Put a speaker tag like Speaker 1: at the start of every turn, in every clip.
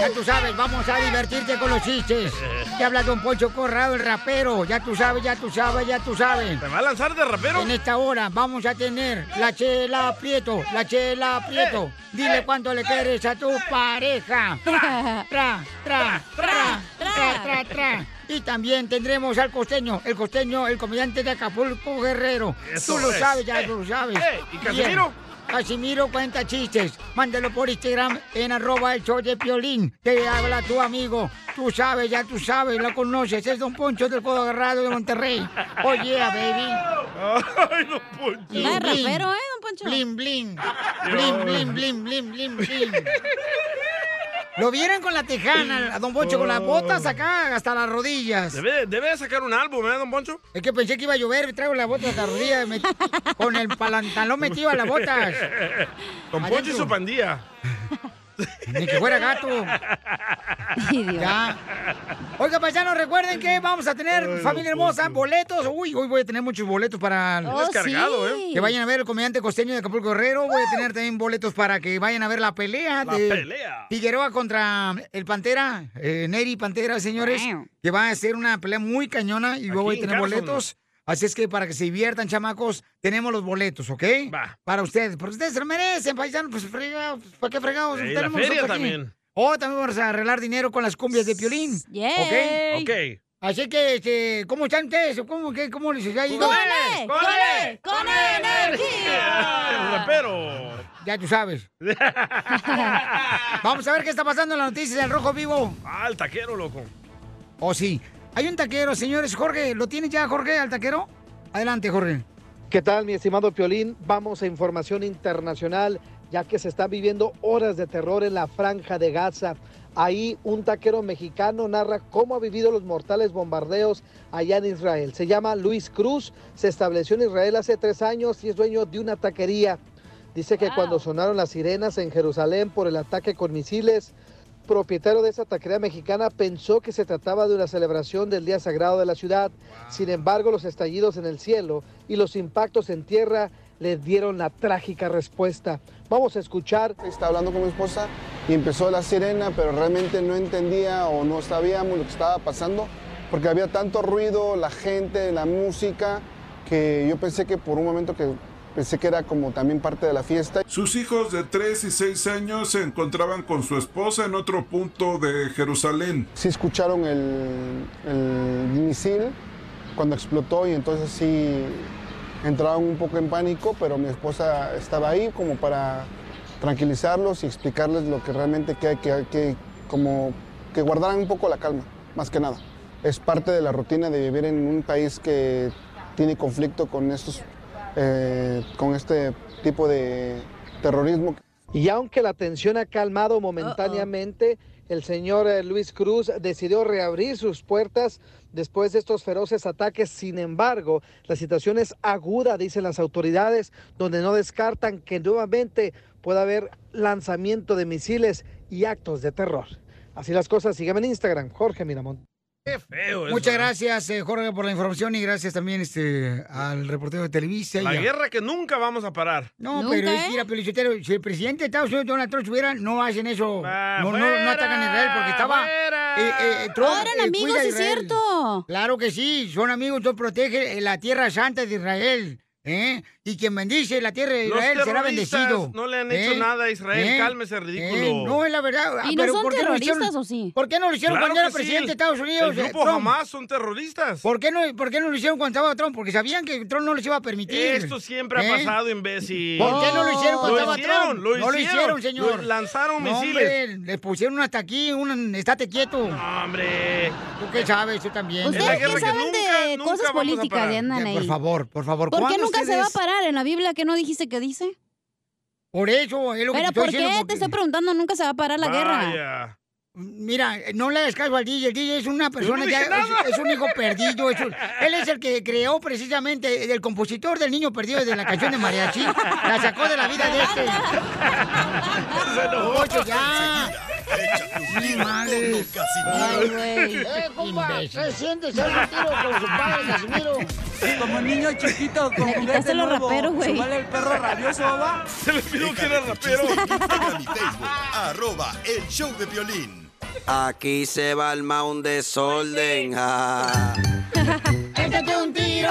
Speaker 1: ya tú sabes, vamos a divertirte con los chistes. Ya habla Don Poncho Corrado, el rapero. Ya tú sabes, ya tú sabes, ya tú sabes.
Speaker 2: ¿Te va a lanzar de rapero?
Speaker 1: En esta hora vamos a tener la chela aprieto, la chela
Speaker 2: Eh,
Speaker 1: aprieto. Dile cuánto le quieres a tu pareja. Tra, tra, tra, tra, tra, tra, tra. Y también tendremos al costeño, el costeño, el comediante de Acapulco Guerrero.
Speaker 2: Eso
Speaker 1: tú lo
Speaker 2: es.
Speaker 1: sabes, ya
Speaker 2: Eh,
Speaker 1: tú lo sabes.
Speaker 2: eh, ¿y Casimiro?
Speaker 1: Bien. Casimiro cuenta chistes. Mándalo por Instagram en arroba el show de Piolín. Te habla tu amigo. Tú sabes, ya tú sabes, lo conoces. Es Don Poncho del Codo Agarrado de Monterrey. Oye, Oh, baby. Ay, Don Poncho.
Speaker 3: Va de rapero, ¿eh, Don Poncho?
Speaker 1: Blin, blin. Blin, blin, blin, blin, blin, blin. Lo vieron con la tejana, a Don Poncho, con las botas acá hasta las rodillas.
Speaker 2: Oh. Debe, debe sacar un álbum, ¿eh, don Poncho?
Speaker 1: Es que pensé que iba a llover, traigo la bota hasta la rodilla, me- con el pantalón metido a las botas.
Speaker 2: Don Poncho y
Speaker 1: Adentro.
Speaker 2: su pandilla.
Speaker 1: Ni que fuera gato. Ya. Oiga, paisano, recuerden que vamos a tener, familia hermosa, boletos. Uy, hoy voy a tener muchos boletos para...
Speaker 2: Oh, Descargado, sí. ¿eh?
Speaker 1: Que vayan a ver el comediante costeño de Acapulco Guerrero. Voy a tener también boletos para que vayan a ver la pelea
Speaker 2: La
Speaker 1: de...
Speaker 2: pelea.
Speaker 1: Figueroa contra el Pantera, eh, Neri Pantera, señores. Que va a ser una pelea muy cañona y voy a
Speaker 2: en
Speaker 1: tener
Speaker 2: Carson.
Speaker 1: boletos. Así es que para que se diviertan, chamacos, tenemos los boletos, ¿ok? Para ustedes. Porque ustedes se lo merecen, paisanos. Pues frega, ¿para qué fregados?
Speaker 2: Eh, y la
Speaker 1: Tenemos
Speaker 2: feria
Speaker 1: nosotros aquí.
Speaker 2: también.
Speaker 1: Oh, también vamos a arreglar dinero con las cumbias de Piolín.
Speaker 2: Yay.
Speaker 1: ¿Ok?
Speaker 2: Ok.
Speaker 1: Así que, este, ¿cómo están ustedes? ¿Cómo, qué, cómo les ha ido?
Speaker 2: ¡Con E! ¡Con E! ¡Con El rapero.
Speaker 1: Ya tú sabes. Vamos a ver qué está pasando en las noticias del Rojo Vivo.
Speaker 2: Ah, el taquero, loco.
Speaker 1: Oh, sí. Hay un taquero, señores. Jorge, ¿lo tiene ya Jorge al taquero? Adelante, Jorge.
Speaker 4: ¿Qué tal, mi estimado Piolín? Vamos a información internacional, ya que se están viviendo horas de terror en la franja de Gaza. Ahí un taquero mexicano narra cómo ha vivido los mortales bombardeos allá en Israel. Se llama Luis Cruz, se estableció en Israel hace tres años y es dueño de una taquería. Dice que cuando sonaron las sirenas en Jerusalén por el ataque con misiles, propietario de esa taquería mexicana pensó que se trataba de una celebración del Día Sagrado de la ciudad. Sin embargo, los estallidos en el cielo y los impactos en tierra le dieron la trágica respuesta. Vamos a escuchar.
Speaker 5: Estaba hablando con mi esposa y empezó la sirena, pero realmente no entendía o no sabíamos lo que estaba pasando porque había tanto ruido, la gente, la música, que yo pensé que por un momento que pensé que era como también parte de la fiesta.
Speaker 6: Sus hijos de 3 y 6 años se encontraban con su esposa en otro punto de Jerusalén.
Speaker 5: Sí escucharon el, el misil cuando explotó y entonces sí entraron un poco en pánico, pero mi esposa estaba ahí como para tranquilizarlos y explicarles lo que realmente que hay que, hay que- como que guardaran un poco la calma, más que nada. Es parte de la rutina de vivir en un país que tiene conflicto con estos, eh, con este tipo de terrorismo.
Speaker 4: Y aunque la tensión ha calmado momentáneamente, el señor eh, Luis Cruz decidió reabrir sus puertas después de estos feroces ataques. Sin embargo, la situación es aguda, dicen las autoridades, donde no descartan que nuevamente pueda haber lanzamiento de misiles y actos de terror. Así las cosas, sígueme en Instagram, Jorge Miramontes.
Speaker 1: Muchas gracias, eh, Jorge, por la información y gracias también este, al reportero de Televisa.
Speaker 2: La
Speaker 1: y a-
Speaker 2: guerra que nunca vamos a parar.
Speaker 1: No, pero es
Speaker 3: eh?
Speaker 1: mira, Pelichotero, si el presidente de Estados Unidos, Donald Trump, estuviera, no hacen eso. no, no, no atacan a Israel porque estaba. eh, eh, Trump,
Speaker 3: Ahora eran
Speaker 1: eh,
Speaker 3: amigos,
Speaker 1: cuida a
Speaker 3: sí es
Speaker 1: Israel.
Speaker 3: cierto.
Speaker 1: Claro que sí, son amigos, Dios protege eh, la tierra santa de Israel. ¿eh? Y quien bendice la tierra de
Speaker 2: Los
Speaker 1: Israel será
Speaker 2: terroristas
Speaker 1: bendecido. ¿Eh?
Speaker 2: no le han hecho nada a Israel, cálmese, ridículo.
Speaker 1: no, es la verdad. Ah,
Speaker 3: ¿Y no
Speaker 1: pero
Speaker 3: son
Speaker 1: ¿por qué lo hicieron?
Speaker 3: terroristas o sí?
Speaker 1: ¿Por qué no lo hicieron
Speaker 2: Claro
Speaker 1: cuando era
Speaker 2: que sí,
Speaker 1: presidente de
Speaker 2: el-
Speaker 1: Estados Unidos? Eh,
Speaker 2: el grupo Hamás son terroristas.
Speaker 1: ¿Por qué, no, ¿Por qué no lo hicieron cuando estaba Trump? Porque sabían que Trump no les iba a permitir.
Speaker 2: Esto siempre
Speaker 1: ¿Eh?
Speaker 2: ha pasado, imbécil.
Speaker 1: ¿Por qué no lo hicieron cuando
Speaker 2: Lo
Speaker 1: estaba
Speaker 2: hicieron,
Speaker 1: Trump?
Speaker 2: Lo
Speaker 1: no lo hicieron, señor.
Speaker 2: Lo- lanzaron
Speaker 1: No,
Speaker 2: misiles.
Speaker 1: Hombre, les pusieron hasta aquí un estate quieto.
Speaker 2: hombre.
Speaker 1: ¿Tú qué sabes? Tú también.
Speaker 3: ¿Ustedes qué saben de cosas políticas de andan
Speaker 1: Ya,
Speaker 3: ahí?
Speaker 1: Por favor, por favor.
Speaker 3: ¿Por qué
Speaker 1: ¿cuándo
Speaker 3: nunca se va a
Speaker 1: ustedes-
Speaker 3: parar en la Biblia? ¿Qué no dijiste que dice?
Speaker 1: Por eso, es lo que
Speaker 3: Pero
Speaker 1: te estoy
Speaker 3: ¿por qué?
Speaker 1: diciendo, porque-
Speaker 3: Te estoy preguntando, nunca se va a parar la guerra.
Speaker 2: Vaya.
Speaker 1: Mira, no le hagas caso al DJ. El DJ es una persona,
Speaker 3: no
Speaker 1: ya,
Speaker 3: dije nada.
Speaker 1: es, es un hijo perdido. es un- él es el que creó precisamente, el compositor del niño perdido de la canción de mariachi. La sacó de la vida de este. Ocho, ya. Mi madre. Ay, güey. Eh, compa, ¿qué sientes? ¿Haz un tiro con su padre, Casimiro?
Speaker 7: Como niño chiquito con
Speaker 1: Le quitaste
Speaker 7: juguete
Speaker 1: los
Speaker 7: nuevo.
Speaker 1: raperos, güey.
Speaker 7: Súbale el perro rabioso, va.
Speaker 2: Se le pidió que era rapero.
Speaker 8: mi Facebook, arroba el show de violín. Aquí se va el armar un desorden. ja.
Speaker 1: Échate un tiro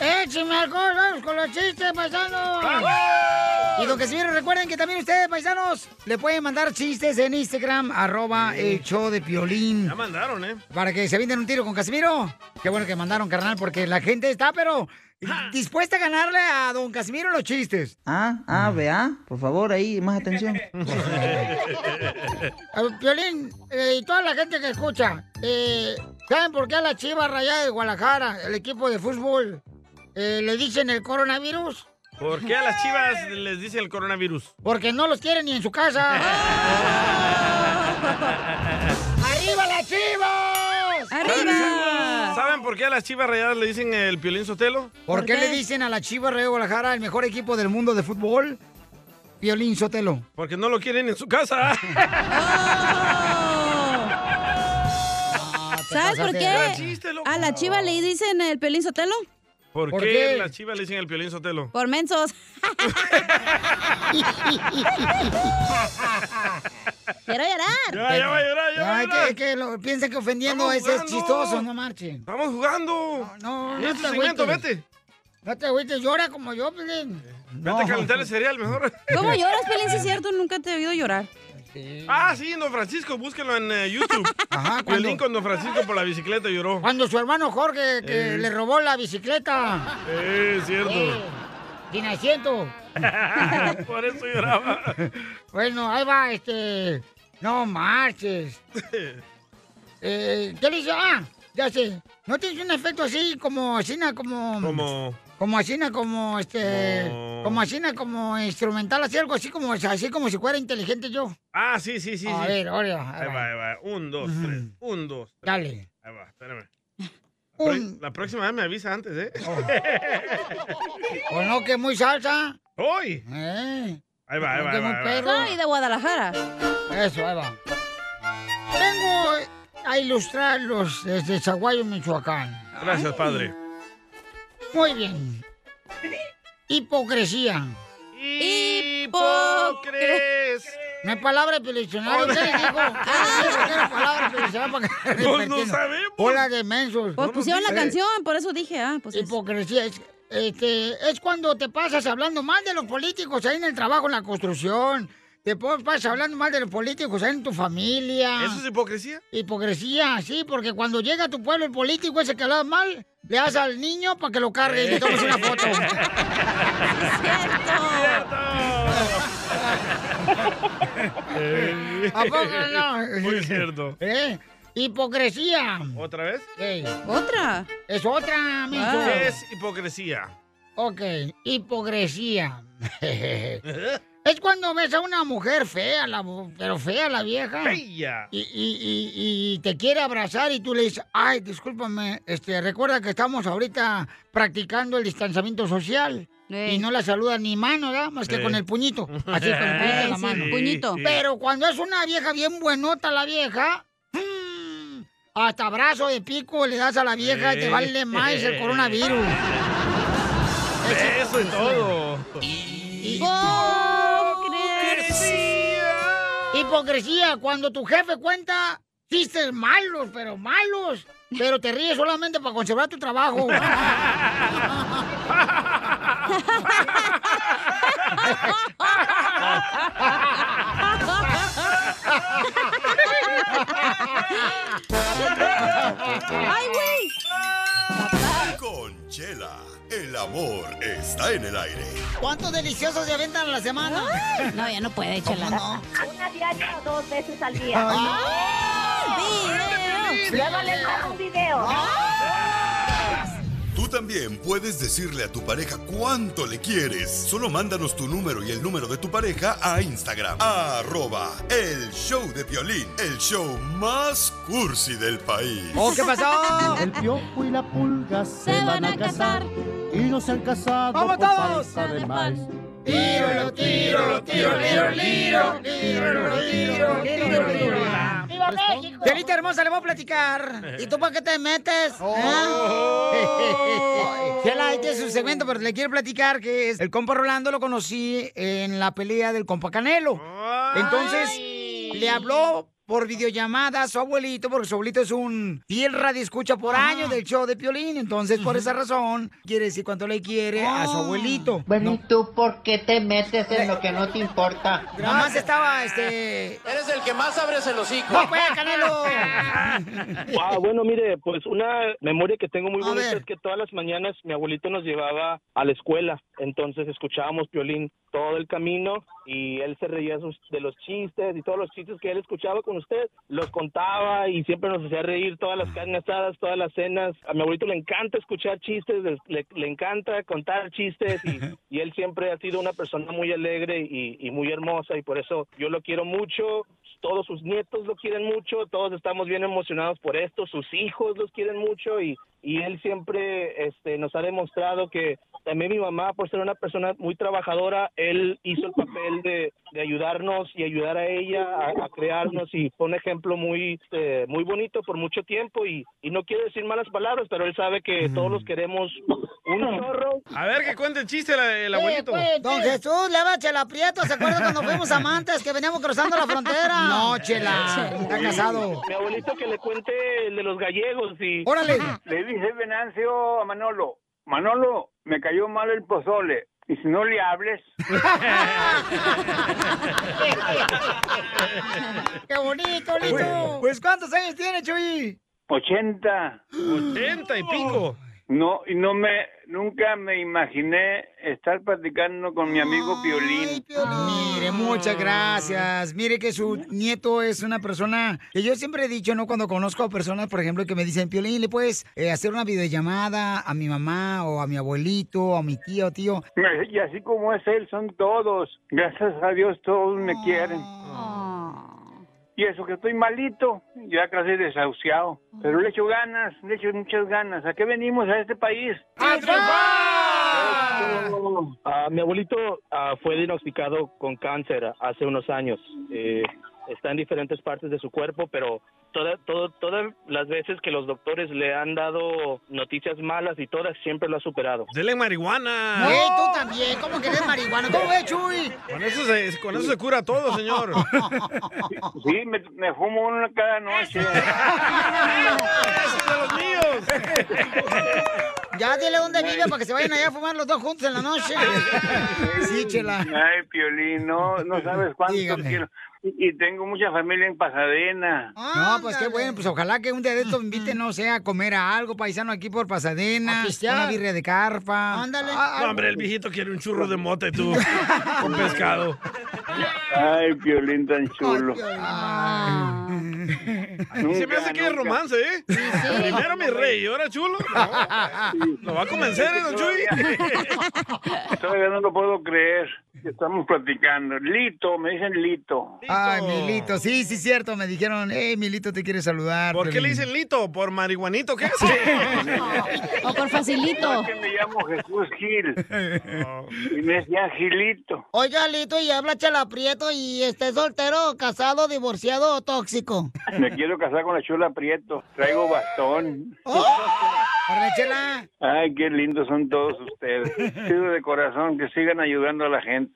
Speaker 1: ¡Échame alcohol! ¡Vamos con los chistes, paisanos! Y don Casimiro, recuerden que también ustedes, paisanos, le pueden mandar chistes en Instagram, arroba el show de Piolín.
Speaker 9: Ya mandaron, ¿eh?
Speaker 1: Para que se vinden un tiro con Casimiro. Qué bueno que mandaron, carnal, porque la gente está, pero dispuesta a ganarle a don Casimiro los chistes. Mm.
Speaker 10: Ah, ah, vea, por favor, ahí, más atención.
Speaker 1: Eh, Piolín, eh, y toda la gente que escucha, eh, ¿saben por qué a la Chiva Rayada de Guadalajara, el equipo de fútbol, eh, le dicen el coronavirus?
Speaker 9: ¿Por qué a las chivas les dice el coronavirus?
Speaker 1: Porque no los quieren ni en su casa. ¡Arriba la Chivas!
Speaker 9: ¿Saben- ¿Saben por qué a las chivas rayadas le dicen el piolín sotelo?
Speaker 1: ¿Por qué le dicen a la Chiva Rayada de Guadalajara el mejor equipo del mundo de fútbol? Piolín Sotelo.
Speaker 9: Porque no lo quieren en su casa.
Speaker 3: Ah, ¿Sabes por qué? A la chiva le dicen el pelín sotelo.
Speaker 9: ¿Por,
Speaker 3: ¿Por
Speaker 9: qué,
Speaker 3: qué?
Speaker 9: a las chivas le dicen el piolín sotelo?
Speaker 3: Por mensos. Quiero llorar.
Speaker 9: Ya, ya va a llorar, ya va a
Speaker 1: Ay,
Speaker 9: llorar.
Speaker 1: que, que lo- piensan que ofendiendo es,
Speaker 9: Estamos
Speaker 1: es
Speaker 9: jugando.
Speaker 1: chistoso, no marchen.
Speaker 9: Estamos jugando.
Speaker 1: No, no,
Speaker 9: En
Speaker 1: no
Speaker 9: este
Speaker 1: te
Speaker 9: segmento,
Speaker 1: agüites.
Speaker 9: vete.
Speaker 1: No te agüites, llora como yo, Piolín.
Speaker 9: Vete a calentar el cereal mejor.
Speaker 3: ¿Cómo lloras, Pelín? Si es cierto, nunca te he oído llorar.
Speaker 9: Ah, sí, don Francisco, búsquenlo en eh, YouTube.
Speaker 1: Ajá,
Speaker 9: Piolín con don Francisco por la bicicleta lloró.
Speaker 1: Cuando su hermano Jorge que
Speaker 9: Eh.
Speaker 1: le robó la bicicleta.
Speaker 9: Eh, es cierto.
Speaker 1: Eh, sin asiento.
Speaker 9: por eso lloraba.
Speaker 1: Bueno, ahí va, este. No marches. Eh, ¿Qué le dice? Ah, ya sé. ¿No tienes un efecto así como asina, como.
Speaker 9: Como...
Speaker 1: Como asina, como este. Como asina, como instrumental, así algo así como así como si fuera inteligente yo.
Speaker 9: Ah, sí, sí, sí.
Speaker 1: A
Speaker 9: sí.
Speaker 1: ver, órale, ahí
Speaker 9: Ahí
Speaker 1: va.
Speaker 9: va, ahí va. Un, dos,
Speaker 1: Ujú.
Speaker 9: tres. Un, dos. tres.
Speaker 1: Dale.
Speaker 9: Ahí va, espérame.
Speaker 1: Un-
Speaker 9: La próxima vez me avisa antes, ¿eh? Pues
Speaker 1: ¿O no que muy salsa?
Speaker 9: ¡Hoy!
Speaker 1: Eh.
Speaker 9: Ahí va, ahí va.
Speaker 1: Que
Speaker 9: ahí va,
Speaker 1: muy
Speaker 9: ahí va.
Speaker 1: perro.
Speaker 3: Soy de Guadalajara.
Speaker 1: Eso, ahí va. Vengo a ilustrarlos desde Zaguayo, Michoacán.
Speaker 9: Gracias, padre.
Speaker 1: Muy bien. Hipocresía.
Speaker 9: Hipocres.
Speaker 1: No hay palabra de diccionario. ¿Qué les digo? ¿Qué era palabra de diccionario para que
Speaker 9: Pues no
Speaker 1: repitiendo?
Speaker 9: sabemos.
Speaker 1: Hola de mensos.
Speaker 3: Pues pusieron la
Speaker 1: Eh,
Speaker 3: canción, por eso dije, ah, pues. es-
Speaker 1: Hipocresía es, este, es cuando te pasas hablando mal de los políticos ahí en el trabajo, en la construcción. Te po- pasas hablando mal de los políticos ahí en tu familia.
Speaker 9: ¿Eso es hipocresía?
Speaker 1: Hipocresía, sí, porque cuando llega a tu pueblo el político ese que hablaba mal, le das al niño para que lo cargue y le tomes
Speaker 9: Eh.
Speaker 1: una foto. ¿A poco no?
Speaker 9: Muy cierto.
Speaker 1: ¿Eh? Hipocresía.
Speaker 9: ¿Otra vez?
Speaker 1: Ey,
Speaker 3: Otra. Ah.
Speaker 1: Es otra, mijo.
Speaker 9: ¿Qué es hipocresía?
Speaker 1: Ok, hipocresía. es cuando ves a una mujer fea, la, mu- pero fea la vieja.
Speaker 9: ¡Bella!
Speaker 1: Y, y- y- y te quiere abrazar y tú le dices, ay, discúlpame, este, recuerda que estamos ahorita practicando el distanciamiento social.
Speaker 3: Ey.
Speaker 1: Y no la saluda ni mano, ¿verdad? Más que
Speaker 9: Sí.
Speaker 1: con el puñito. Así, con el puñito de
Speaker 3: Ey,
Speaker 1: la
Speaker 3: sí,
Speaker 1: mano.
Speaker 3: puñito.
Speaker 9: Sí.
Speaker 1: Pero cuando es una vieja bien buenota la vieja, mm, hasta abrazo de pico le das a la vieja y te
Speaker 9: Sí.
Speaker 1: vale más el coronavirus.
Speaker 9: Eso es todo. Hipocresía.
Speaker 1: Hipocresía, cuando tu jefe cuenta chistes malos, pero malos, pero te ríes solamente para conservar tu trabajo.
Speaker 3: ¡Ay, güey!
Speaker 11: Con Chela, el amor está en el aire.
Speaker 1: ¿Cuántos deliciosos se aventan a la semana?
Speaker 3: No, ya no puede, chela.
Speaker 12: Una diaria o dos veces al día.
Speaker 3: Video.
Speaker 12: Luego les mando un video.
Speaker 11: Tú también puedes decirle a tu pareja cuánto le quieres. Solo mándanos tu número y el número de tu pareja a Instagram. Arroba el show de violín. El show más cursi del país.
Speaker 1: ¿O Oh, qué pasó?
Speaker 13: El piojo y la pulga se,
Speaker 3: Se
Speaker 13: van
Speaker 3: van
Speaker 13: a
Speaker 3: a
Speaker 13: casar y no se han casado
Speaker 1: ¡Vamos
Speaker 13: por
Speaker 1: todos!
Speaker 13: falta de maíz.
Speaker 2: tiro, lo tiro, lo tiro, tiro, tiro, tiro, lo tiro, tiro, tiro.
Speaker 1: ¡Viva México! Delita hermosa, le voy a platicar. ¿Y tú para qué te metes? Oh. ¿Eh? Chela, este es su segmento, pero le quiero platicar que es- el compa Rolando lo conocí en la pelea del compa Canelo. Entonces, le habló por videollamada a su abuelito, porque su abuelito es un fiel radio escucha por años del show de Piolín. Entonces, por esa razón, quiere decir cuánto le quiere a su abuelito.
Speaker 13: Bueno, ¿y tú por qué te metes en lo que no te importa?
Speaker 1: Nada más estaba, este...
Speaker 14: Eres el que más abres el hocico.
Speaker 1: ¡No juega, Canelo!
Speaker 15: Ah, bueno, mire, pues una memoria que tengo muy
Speaker 1: A
Speaker 15: bonita
Speaker 1: ver.
Speaker 15: es que todas las mañanas mi abuelito nos llevaba a la escuela, entonces escuchábamos violín todo el camino y él se reía sus- de los chistes y todos los chistes que él escuchaba con usted, los contaba y siempre nos hacía reír todas las carnes asadas, todas las cenas. A mi abuelito le encanta escuchar chistes, le, le- le encanta contar chistes y, y él siempre ha sido una persona muy alegre y- y muy hermosa y por eso yo lo quiero mucho, todos sus nietos lo quieren mucho, todos estamos bien emocionados por esto, sus hijos los quieren mucho y, y él siempre este, nos ha demostrado que también mi mamá, por ser una persona muy trabajadora, él hizo el papel de, de ayudarnos y ayudar a ella a, a crearnos y fue un ejemplo muy, este, muy bonito por mucho tiempo y, y no quiero decir malas palabras, pero él sabe que todos los queremos un chorro.
Speaker 9: A ver, que cuente el chiste la- el abuelito.
Speaker 1: Don Jesús, le va Chela Prieto. ¿Se acuerda cuando fuimos amantes que veníamos cruzando la frontera? No, Chela. Está casado.
Speaker 15: Mi abuelito que le cuente el de los gallegos y...
Speaker 16: Le dije Venancio a Manolo, Manolo, me cayó mal el pozole. Y si no le hables.
Speaker 1: ¡Qué bonito, lindo! Pues, ¿cuántos años tiene, Chuy?
Speaker 16: 80.
Speaker 9: 80 y pico.
Speaker 16: No, y no me, nunca me imaginé estar platicando con mi amigo Piolín.
Speaker 1: Ah, Mire, muchas gracias. Mire que su nieto es una persona que yo siempre he dicho, ¿no? Cuando conozco a personas, por ejemplo, que me dicen, Piolín, ¿le puedes eh, hacer una videollamada a mi mamá o a mi abuelito o a mi tío, tío?
Speaker 16: Y así como es él, son todos. Gracias a Dios todos me quieren. Y eso que estoy malito, ya casi desahuciado. Pero le echo ganas, le echo muchas ganas. ¿A qué venimos a este país?
Speaker 15: Ah, mi abuelito ah, fue diagnosticado con cáncer hace unos años. Eh, está en diferentes partes de su cuerpo, pero toda- todo- todas las veces que los doctores le han dado noticias malas y todas siempre lo ha superado.
Speaker 9: Dele marihuana.
Speaker 1: ¡Ey, tú también! ¿Cómo que eres marihuana? ¿Cómo ves, Chuy?
Speaker 9: Con eso se, con eso se cura todo, señor.
Speaker 16: Sí, me, me fumo una cada noche.
Speaker 9: de los míos!
Speaker 1: Ya dile dónde vive para que se vayan allá a fumar los dos juntos en la noche. Sí, chela.
Speaker 16: Ay, Piolín, no, no sabes cuánto quiero. Y, y tengo mucha familia en Pasadena.
Speaker 1: No, pues qué bueno, pues ojalá que un día de estos me inviten, no sé, a comer a algo paisano aquí por Pasadena, una birria de carpa. Ándale.
Speaker 9: No, hombre, el viejito quiere un churro de mote, tú. Con pescado.
Speaker 16: Ay, Piolín tan chulo.
Speaker 9: Se me hace que es romance, ¿eh? Primero mi rey, ahora chulo. No. Lo va a convencer, ¿eh, don Chuy?
Speaker 16: Todavía no lo puedo creer. Estamos platicando. Lito, me dicen Lito.
Speaker 1: Ay, Milito, sí, sí, cierto, me dijeron, hey, Milito te quiere saludar.
Speaker 9: ¿Por qué le dicen Lito? ¿Por marihuanito qué hace?
Speaker 1: O por facilito.
Speaker 16: No, que me llamo Jesús Gil. Y me decían Gilito.
Speaker 1: Oiga, Lito, y habla Chela Prieto, y esté soltero, casado, divorciado o tóxico.
Speaker 16: Me quiero casar con la chula Prieto. Traigo bastón.
Speaker 1: Órale, Chela.
Speaker 16: Ay, qué lindos son todos ustedes. Pido de corazón que sigan ayudando a la gente.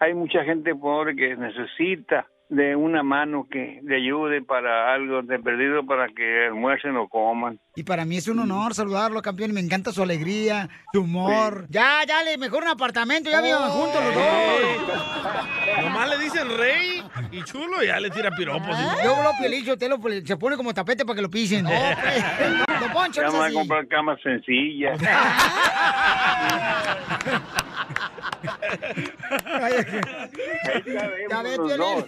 Speaker 16: Hay mucha gente pobre que necesita de una mano que le ayude para algo de perdido para que almuercen o coman.
Speaker 1: Y para mí es un honor saludarlo, campeón. y Me encanta su alegría, su humor. Ya, ya, le mejor un apartamento, ya vivan juntos los dos.
Speaker 9: Nomás le dicen rey y chulo y ya le tira piropos.
Speaker 1: Yo lo pelicho, te lo pues, se pone como tapete para que lo pisen. No, pues. Don Poncho, no
Speaker 16: Vamos
Speaker 1: es
Speaker 16: a
Speaker 1: así.
Speaker 16: comprar camas sencillas.
Speaker 1: Ya ves,
Speaker 16: los
Speaker 1: Piolín.
Speaker 16: dos.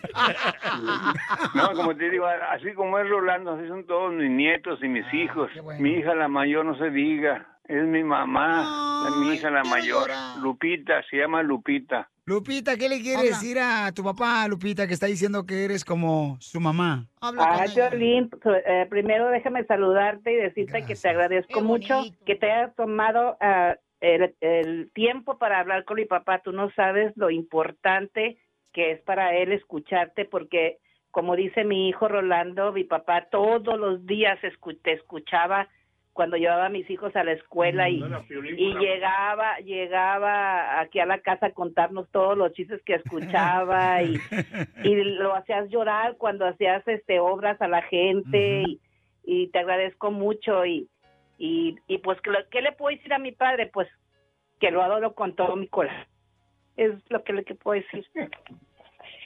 Speaker 16: No, como te digo, así como es Rolando, así son todos mis nietos y mis
Speaker 1: Ah,
Speaker 16: hijos. Mi hija la mayor, no se diga, es mi mamá, es mi hija la mayor. Lupita, se llama Lupita.
Speaker 1: Lupita, ¿qué le quieres decir a tu papá, Lupita, que está diciendo que eres como su mamá?
Speaker 12: Ah, Jolín, eh, primero déjame saludarte y decirte que te agradezco mucho que te hayas tomado ah, el, el tiempo para hablar con mi papá. Tú no sabes lo importante que es para él escucharte porque, como dice mi hijo Rolando, mi papá todos los días escu- te escuchaba cuando llevaba a mis hijos a la escuela y, y llegaba llegaba aquí a la casa a contarnos todos los chistes que escuchaba y, y lo hacías llorar cuando hacías este obras a la gente y, y te agradezco mucho y y, y pues ¿qué le- qué le puedo decir a mi padre pues que lo adoro con todo mi corazón es lo que le que puedo decir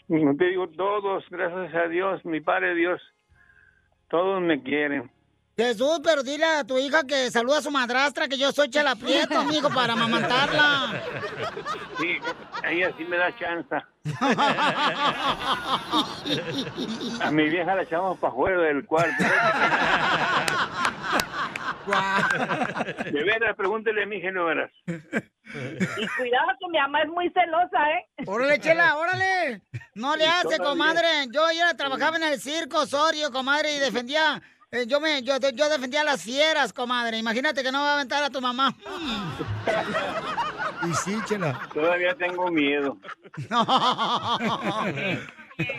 Speaker 16: No te digo todos, gracias a Dios, mi Padre Dios, todos me quieren.
Speaker 1: Jesús, pero dile a tu hija que saluda a su madrastra que yo soy Chela Prieto, amigo, para amamantarla.
Speaker 16: Sí, ella sí me da chance. A mi vieja la echamos para afuera del cuarto. De veras, pregúntele a mi hija, no verás.
Speaker 12: y cuidado que mi mamá es muy celosa eh
Speaker 1: Órale, Chela, órale. No le
Speaker 12: Sí,
Speaker 1: hace,
Speaker 12: todavía.
Speaker 1: comadre. Yo ayer trabajaba en el circo Osorio, comadre, y defendía. eh, yo, me, yo, yo defendía a las fieras, comadre. Imagínate que no va a aventar a tu mamá.
Speaker 16: Y sí, chela. Todavía tengo miedo.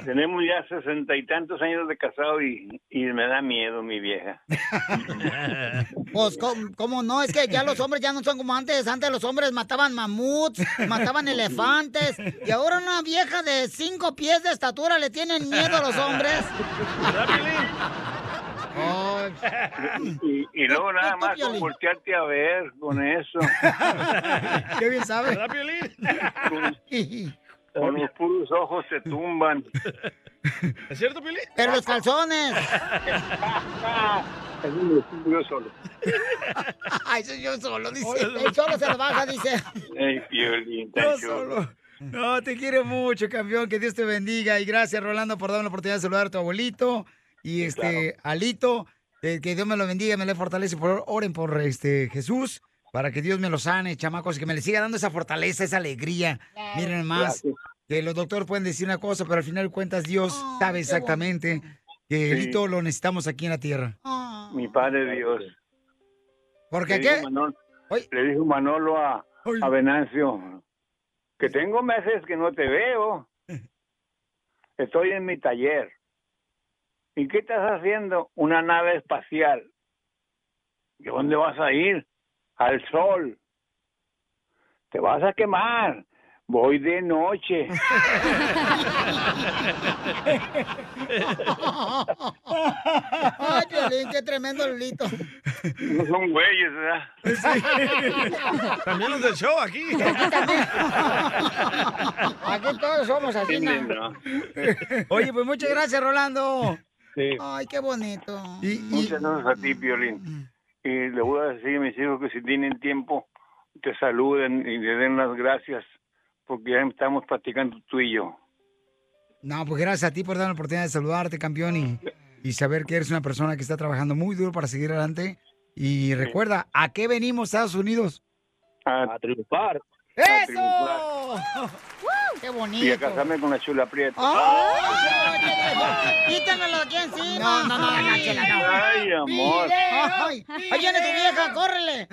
Speaker 16: Tenemos ya sesenta y tantos años de casado y, y me da miedo mi vieja.
Speaker 1: Pues, ¿cómo, cómo no? Es que ya los hombres ya no son como antes. Antes los hombres mataban mamuts, mataban elefantes. Y ahora una vieja de cinco pies de estatura le tienen miedo a los hombres.
Speaker 16: Y, y luego nada más con voltearte a ver con eso.
Speaker 1: Qué bien sabe.
Speaker 16: Con los puros ojos se tumban.
Speaker 9: ¿Es cierto, Pili?
Speaker 1: Pero los calzones.
Speaker 16: Es un estudio solo.
Speaker 1: Ay, soy yo solo, dice. Él solo se lo baja, dice.
Speaker 16: Ey, Piolín, tan
Speaker 1: Yo
Speaker 16: chulo.
Speaker 1: solo. No, te
Speaker 16: Mm.
Speaker 1: quiero mucho, campeón. Que Dios te bendiga. Y gracias, Rolando, por darme la oportunidad de saludar a tu abuelito. Y este, Alito, eh, que Dios me lo bendiga, me le fortalece. Por, favor, oren por este Jesús, para que Dios me lo sane, chamacos, y que me le siga dando esa fortaleza, esa alegría. Miren más,
Speaker 16: Gracias.
Speaker 1: que los doctores pueden decir una cosa, pero al final de cuentas Dios sabe exactamente que
Speaker 16: Sí.
Speaker 1: Alito lo necesitamos aquí en la tierra.
Speaker 16: Mi padre Dios.
Speaker 1: Porque
Speaker 16: le
Speaker 1: qué?
Speaker 16: Dijo Manolo, le dijo Manolo a, a Venancio, que tengo meses que no te veo. Estoy en mi taller. ¿Y qué estás haciendo? Una nave espacial. ¿Y dónde vas a ir? Al sol. Te vas a quemar. Voy de noche.
Speaker 1: Ay, Piolín, qué tremendo Lolito.
Speaker 16: No son güeyes, ¿verdad?
Speaker 9: También los del show aquí.
Speaker 1: Aquí todos somos así, ¿no?
Speaker 9: Entienden, ¿no?
Speaker 1: Oye, pues muchas gracias, Rolando.
Speaker 16: Sí.
Speaker 1: Ay, qué bonito.
Speaker 16: Muchas gracias a ti, Violín. Y le voy a decir a mis hijos que si tienen tiempo, te saluden y le den las gracias, porque ya estamos platicando tú y yo.
Speaker 1: No, pues gracias a ti por darme la oportunidad de saludarte, campeón, y, y saber que eres una persona que está trabajando muy duro para seguir adelante. Y recuerda, ¿a qué venimos, Estados Unidos?
Speaker 16: A, triunfar. A triunfar.
Speaker 1: ¡Eso! ¡Qué bonito!
Speaker 16: Y a casarme con la chula prieta.
Speaker 1: Ah. ¡Ay! ¡Quítamelo aquí encima! No, no, no, no, chela, no.
Speaker 16: Ay, amor.
Speaker 1: ¡Ay! ¡Ahí viene tu vieja! ¡Córrele!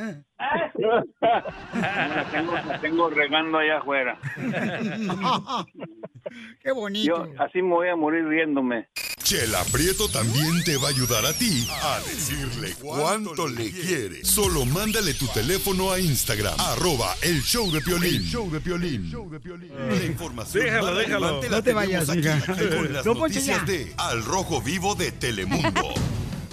Speaker 16: La tengo, la tengo regando allá afuera.
Speaker 1: ¡Qué bonito!
Speaker 16: Yo así me voy a morir riéndome.
Speaker 11: Chela Prieto también te va a ayudar a ti a decirle cuánto le quiere. Solo mándale tu teléfono a Instagram, arroba el show de Piolín. show de Piolín. La información
Speaker 9: Déjalo,
Speaker 11: más
Speaker 9: déjalo.
Speaker 11: relevante la
Speaker 9: No te vayas,
Speaker 11: tenemos
Speaker 9: mija.
Speaker 11: aquí, con las
Speaker 9: No, Poncho,
Speaker 11: noticias
Speaker 9: ya.
Speaker 11: de Al Rojo Vivo de Telemundo.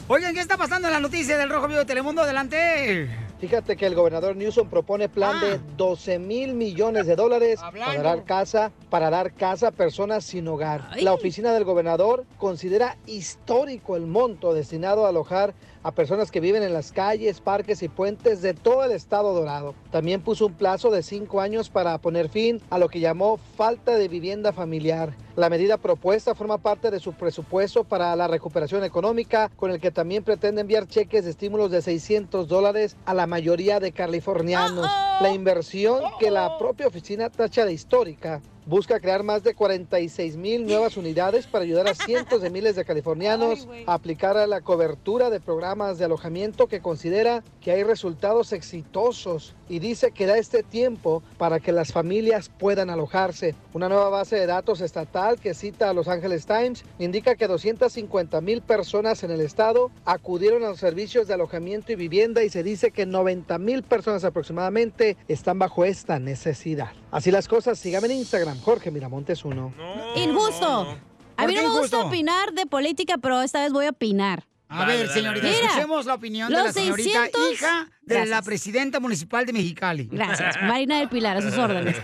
Speaker 1: Oigan, ¿qué está pasando en las noticias del Rojo Vivo de Telemundo? Adelante. Ah.
Speaker 4: Fíjate que el gobernador Newsom propone plan de 12 mil millones de dólares para dar casa para dar casa a personas sin hogar. La oficina del gobernador considera histórico el monto destinado a alojar a personas que viven en las calles, parques y puentes de todo el estado dorado. También puso un plazo de cinco años para poner fin a lo que llamó falta de vivienda familiar. La medida propuesta forma parte de su presupuesto para la recuperación económica, con el que también pretende enviar cheques de estímulos de 600 dólares a la mayoría de californianos. La inversión que la propia oficina tacha de histórica busca crear más de 46 mil nuevas unidades para ayudar a cientos de miles de californianos a aplicar a la cobertura de programas de alojamiento que considera que hay resultados exitosos y dice que da este tiempo para que las familias puedan alojarse. Una nueva base de datos estatal que cita a Los Angeles Times indica que 250 mil personas en el estado acudieron a los servicios de alojamiento y vivienda y se dice que 90 mil personas aproximadamente están bajo esta necesidad. Así las cosas, síganme en Instagram, Jorge Miramontes 1.
Speaker 3: Injusto. A
Speaker 4: ¿Por
Speaker 3: mí
Speaker 4: qué
Speaker 3: no me gusta
Speaker 4: injusto?
Speaker 3: opinar de política, pero esta vez voy a opinar.
Speaker 1: A ver, señorita,
Speaker 3: Mira,
Speaker 1: escuchemos la opinión de
Speaker 3: los
Speaker 1: la señorita
Speaker 3: 600
Speaker 1: hija de la
Speaker 3: Gracias.
Speaker 1: presidenta municipal de Mexicali.
Speaker 3: Gracias, Marina del Pilar, a sus órdenes.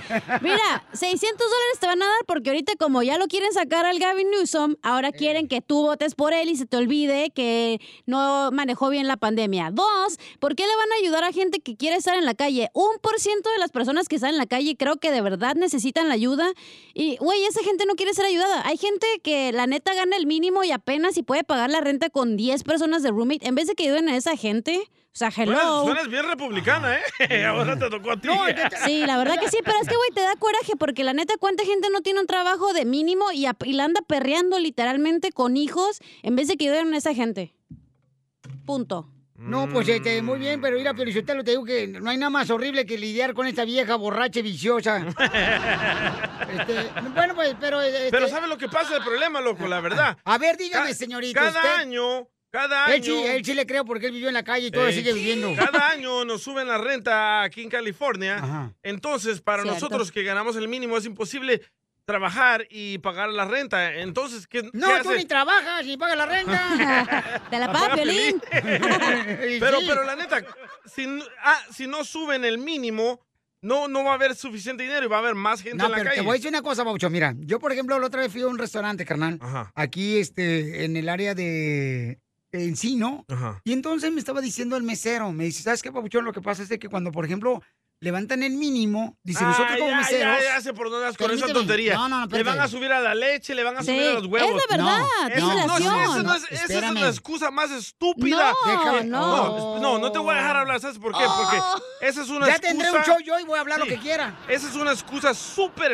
Speaker 3: Mira, 600 dólares te van a dar porque ahorita como ya lo quieren sacar al Gavin Newsom, ahora quieren que tú votes por él y se te olvide que no manejó bien la pandemia. Dos, ¿por qué le van a ayudar a gente que quiere estar en la calle? Un por ciento de las personas que están en la calle creo que de verdad necesitan la ayuda. Y, güey, esa gente no quiere ser ayudada. Hay gente que la neta gana el mínimo y apenas si puede pagar la renta con 10 personas de roommate en vez de que ayuden a esa gente. O sea, hello.
Speaker 9: Suenas, suenas bien republicana, ¿eh? Ahora te tocó a ti.
Speaker 3: Sí, la verdad que sí, pero es que, güey, te da coraje porque la neta, ¿cuánta gente no tiene un trabajo de mínimo y, ap- y la anda perreando literalmente con hijos en vez de que ayuden a esa gente? Punto.
Speaker 1: No, pues este, muy bien,
Speaker 9: Mm.
Speaker 1: pero mira, Piolichotelo, te digo que no hay nada más horrible que lidiar con esta vieja borracha y viciosa. Este, bueno, pues, pero... este,
Speaker 9: Pero ¿sabe lo que pasa? El problema, loco, la verdad.
Speaker 1: A ver, dígame,
Speaker 9: Ca-
Speaker 1: señorita,
Speaker 9: Cada
Speaker 1: usted-
Speaker 9: año, cada año.
Speaker 1: Él sí, él sí le creo porque él vivió en la calle y todavía
Speaker 9: Eh,
Speaker 1: sigue viviendo.
Speaker 9: Cada año nos suben la renta aquí en California. Entonces, para
Speaker 1: Cierto.
Speaker 9: nosotros que ganamos el mínimo, es imposible trabajar y pagar la renta. Entonces, ¿qué,
Speaker 1: No,
Speaker 9: qué
Speaker 1: tú
Speaker 9: hace?
Speaker 1: ni trabajas ni pagas la renta.
Speaker 3: Te la
Speaker 9: paga
Speaker 3: Piolín.
Speaker 9: pero, pero la neta, si, no- ah, si no suben el mínimo, no, no va a haber suficiente dinero y va a haber más gente
Speaker 1: No,
Speaker 9: en la
Speaker 1: pero
Speaker 9: calle.
Speaker 1: te voy a decir una cosa, Baucho. Mira, yo, por ejemplo, la otra vez fui a un restaurante, carnal. Aquí, este, en el área de de Encino. Y entonces me estaba diciendo el mesero. Me dice, ¿sabes qué, Bauchón? Lo que pasa es de que cuando, por ejemplo, levantan el mínimo, dice, nosotros
Speaker 9: Ay,
Speaker 1: como
Speaker 9: ya,
Speaker 1: meseros...
Speaker 9: Ya, ya sé por dónde vas con esa
Speaker 1: Permíteme.
Speaker 9: tontería.
Speaker 1: No, no, no,
Speaker 9: le van a
Speaker 1: espérate.
Speaker 9: subir a la leche, le van a
Speaker 1: Sí,
Speaker 9: subir a los
Speaker 1: es
Speaker 9: huevos.
Speaker 1: la verdad,
Speaker 9: No,
Speaker 1: tiene
Speaker 9: eso- no,
Speaker 1: razón.
Speaker 9: eso no es-
Speaker 1: No,
Speaker 9: esa es
Speaker 1: espérame.
Speaker 9: la excusa más estúpida.
Speaker 1: No, Déjame- no.
Speaker 9: no. no, no te voy a dejar hablar, ¿sabes por qué? Porque
Speaker 1: Oh.
Speaker 9: esa es una
Speaker 1: Ya
Speaker 9: excusa...
Speaker 1: tendré un show yo y voy a hablar lo
Speaker 9: Sí.
Speaker 1: que quiera.
Speaker 9: Esa es una excusa súper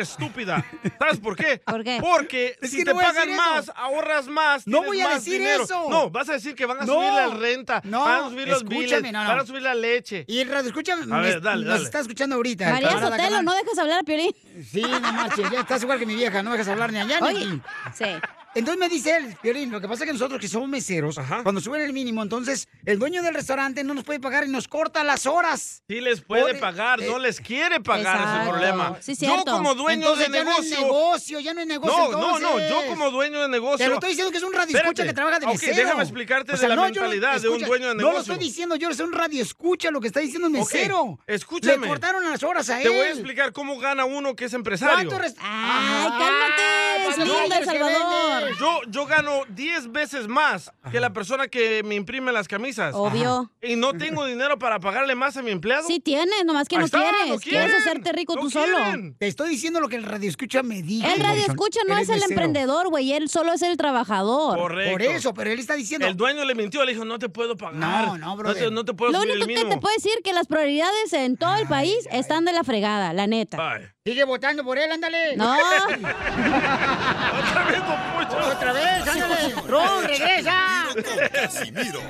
Speaker 9: estúpida. ¿Sabes por qué? ¿Por
Speaker 1: qué?
Speaker 9: Porque
Speaker 1: Es
Speaker 9: si
Speaker 1: que
Speaker 9: te
Speaker 1: no voy a
Speaker 9: pagan
Speaker 1: decir
Speaker 9: más,
Speaker 1: eso.
Speaker 9: ahorras más.
Speaker 1: No
Speaker 9: tienes
Speaker 1: voy a
Speaker 9: más
Speaker 1: decir
Speaker 9: dinero.
Speaker 1: eso.
Speaker 9: No, vas a decir que van a
Speaker 1: No.
Speaker 9: subir la renta,
Speaker 1: No,
Speaker 9: van a subir los
Speaker 1: escúchame,
Speaker 9: biles,
Speaker 1: no, no.
Speaker 9: van a subir la leche.
Speaker 1: Y el radio, escúchame,
Speaker 9: A
Speaker 1: me-
Speaker 9: ver, dale,
Speaker 1: nos
Speaker 9: dale.
Speaker 1: está escuchando ahorita.
Speaker 3: María
Speaker 1: camarada,
Speaker 3: Sotelo,
Speaker 1: carnal.
Speaker 3: no dejas hablar a Piolín.
Speaker 1: Sí, no marches, ya estás igual que mi vieja, no dejas hablar ni allá ni
Speaker 3: Oye,
Speaker 1: aquí.
Speaker 3: Sí.
Speaker 1: Entonces me dice él, Piolín, lo que pasa es que nosotros que somos meseros, cuando suben el mínimo, entonces el dueño del restaurante no nos puede pagar y nos corta las horas.
Speaker 9: Sí les puede
Speaker 1: Pobre-
Speaker 9: pagar, no les quiere pagar, es
Speaker 1: eh, Exacto.
Speaker 9: el problema.
Speaker 1: Sí,
Speaker 9: yo
Speaker 1: cierto.
Speaker 9: como dueño
Speaker 1: Entonces
Speaker 9: de
Speaker 1: ya no es
Speaker 9: negocio...
Speaker 1: negocio, ya no es negocio,
Speaker 9: No, no, no,
Speaker 1: entonces.
Speaker 9: yo como dueño de negocio...
Speaker 1: Te lo estoy diciendo que es un radio escucha
Speaker 9: Espérate.
Speaker 1: que trabaja de
Speaker 9: Ok,
Speaker 1: mesero.
Speaker 9: déjame explicarte
Speaker 1: O sea,
Speaker 9: de la
Speaker 1: no, yo-
Speaker 9: mentalidad de un
Speaker 1: escucha,
Speaker 9: dueño de
Speaker 1: No lo
Speaker 9: negocio.
Speaker 1: estoy diciendo yo, es un radio escucha lo que está diciendo el
Speaker 9: Ok,
Speaker 1: mesero.
Speaker 9: escúchame.
Speaker 1: Le cortaron las horas a él.
Speaker 9: Te voy a explicar cómo gana uno que es empresario.
Speaker 1: ¿Cuánto res-
Speaker 3: ¡Ay, cálmate!
Speaker 1: ¿cuánto
Speaker 3: Slim del
Speaker 1: quieres que
Speaker 3: Salvador!
Speaker 1: vendes?
Speaker 9: Yo, yo gano 10 veces más que la persona que me imprime las camisas.
Speaker 3: Obvio.
Speaker 9: Y no tengo dinero para pagarle más a mi empleado.
Speaker 3: Sí tienes, nomás que
Speaker 9: Ahí
Speaker 3: no
Speaker 9: está,
Speaker 3: quieres.
Speaker 9: no
Speaker 3: quieres
Speaker 9: quieren,
Speaker 3: hacerte rico
Speaker 9: no
Speaker 3: tú solo.
Speaker 9: quieren.
Speaker 1: Te estoy diciendo lo que el radio escucha me dijo.
Speaker 3: El radio escucha no
Speaker 1: Él
Speaker 3: es el
Speaker 1: mesero.
Speaker 3: emprendedor, güey, él solo es el trabajador.
Speaker 9: Correcto.
Speaker 1: Por eso, pero él está diciendo.
Speaker 9: El dueño le mintió, le dijo, no te puedo pagar.
Speaker 1: No, no,
Speaker 9: No te,
Speaker 1: brother.
Speaker 9: no te puedo
Speaker 3: Lo
Speaker 9: subir
Speaker 3: único
Speaker 9: el
Speaker 3: que
Speaker 9: mínimo.
Speaker 3: te puedo decir que las prioridades en todo el país están de la fregada, la neta.
Speaker 1: Sigue votando por él, ándale.
Speaker 3: No.
Speaker 1: Otra
Speaker 9: vez,
Speaker 1: Otra vez, ándale. Ron, regresa.
Speaker 11: Casimiro.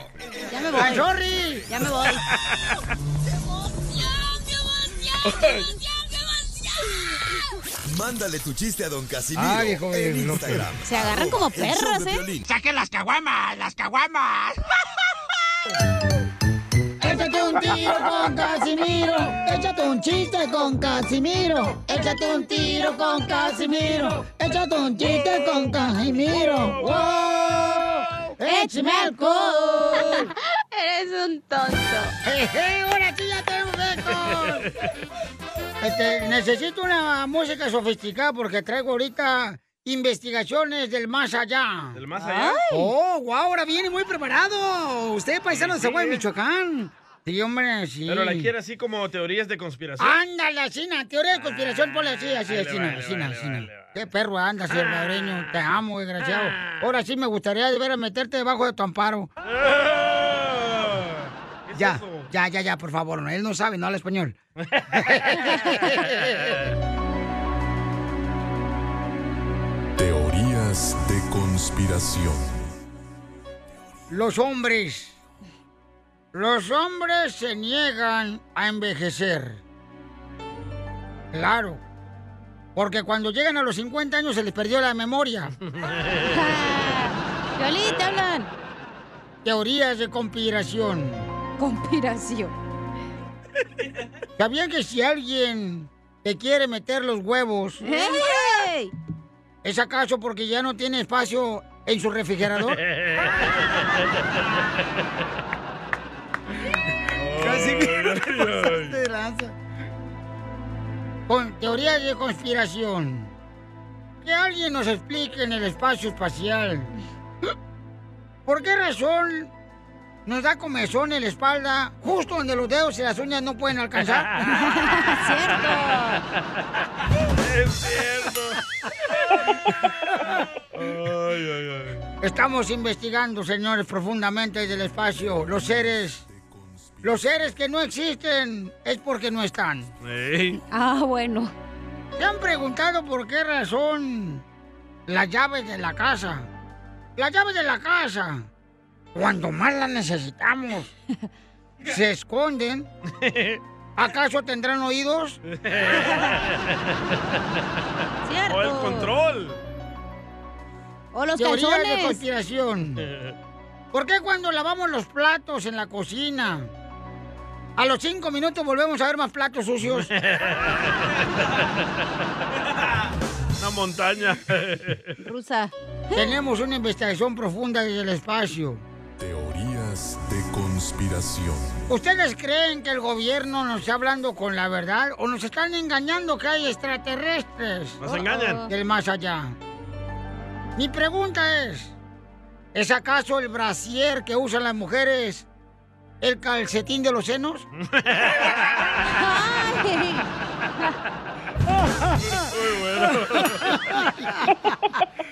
Speaker 3: Ya
Speaker 1: me voy. I'm sorry.
Speaker 3: Ya me voy.
Speaker 11: Mándale tu chiste a don Casimiro
Speaker 1: Ay, viejo,
Speaker 11: en
Speaker 1: loco.
Speaker 11: Instagram.
Speaker 3: Se agarran
Speaker 11: arroba
Speaker 3: como
Speaker 11: Oh, el show de
Speaker 3: perros, ¿eh?
Speaker 11: Piolín.
Speaker 1: ¡Saquen las caguamas! ¡Las caguamas! Échate un tiro con Casimiro. Échate un chiste con Casimiro. Échate un tiro con Casimiro. Échate un chiste con Casimiro. ¡Wow! ¡Échame alcohol!
Speaker 2: Eres un tonto.
Speaker 1: ¡Jeje! ¡Ahora sí ya tengo becos! Este, necesito una música sofisticada porque traigo ahorita investigaciones del más allá.
Speaker 9: ¿Del más allá? Ay.
Speaker 1: ¡Oh, guau! Ahora viene muy preparado. Usted, Ah, paisano de
Speaker 9: Sí,
Speaker 1: Zaguay,
Speaker 9: eh.
Speaker 1: Michoacán. Sí, hombre, sí.
Speaker 9: Pero la quiere así como teorías de conspiración.
Speaker 1: Ándale, Asina, teoría de conspiración, ponle así, así,
Speaker 9: Vale,
Speaker 1: así,
Speaker 9: Ah, vale,
Speaker 1: así,
Speaker 9: vale, Ah.
Speaker 1: así. Qué perro anda, salvadoreño. Te amo, eh, desgraciado. Ahora sí me gustaría de ver a meterte debajo de tu amparo.
Speaker 9: Ah,
Speaker 1: Ya, ya, ya, ya, por favor. Él no sabe, no habla español.
Speaker 11: Conspiración.
Speaker 1: Los hombres. Los hombres se niegan a envejecer. Claro. Porque cuando llegan a los 50 años se les perdió la memoria.
Speaker 3: Violín, te hablan.
Speaker 1: Teorías de conspiración.
Speaker 3: Conspiración.
Speaker 1: ¿Sabían que si alguien te quiere meter los huevos,
Speaker 3: ¡Ey!
Speaker 1: es acaso porque ya no tiene espacio en su refrigerador? Casi
Speaker 9: Oh,
Speaker 1: Con teorías de conspiración. Que alguien nos explique en el espacio espacial. ¿Por qué razón nos da comezón en la espalda justo donde los dedos y las uñas no pueden alcanzar?
Speaker 2: ¡Es cierto!
Speaker 1: Estamos investigando, señores, profundamente desde el espacio. Los seres. Los seres que no existen es porque no están.
Speaker 9: Ey.
Speaker 3: Ah, bueno.
Speaker 1: ¿Se han preguntado por qué razón las llaves de la casa? Las llaves de la casa, cuando más las necesitamos, se esconden. ¿Acaso tendrán oídos?
Speaker 3: Cierto.
Speaker 9: O el control.
Speaker 3: O los
Speaker 1: Teoría de
Speaker 3: calzones.
Speaker 1: conspiración. ¿Por qué cuando lavamos los platos en la cocina, a los cinco minutos volvemos a ver más platos sucios?
Speaker 9: Una montaña.
Speaker 3: Rusa.
Speaker 1: Tenemos una investigación profunda desde el espacio.
Speaker 11: Teorías de conspiración.
Speaker 1: ¿Ustedes creen que el gobierno nos está hablando con la verdad o nos están engañando que hay extraterrestres?
Speaker 9: Nos engañan.
Speaker 1: Del más allá. Mi pregunta es, ¿es acaso el brasier que usan las mujeres el calcetín de los senos?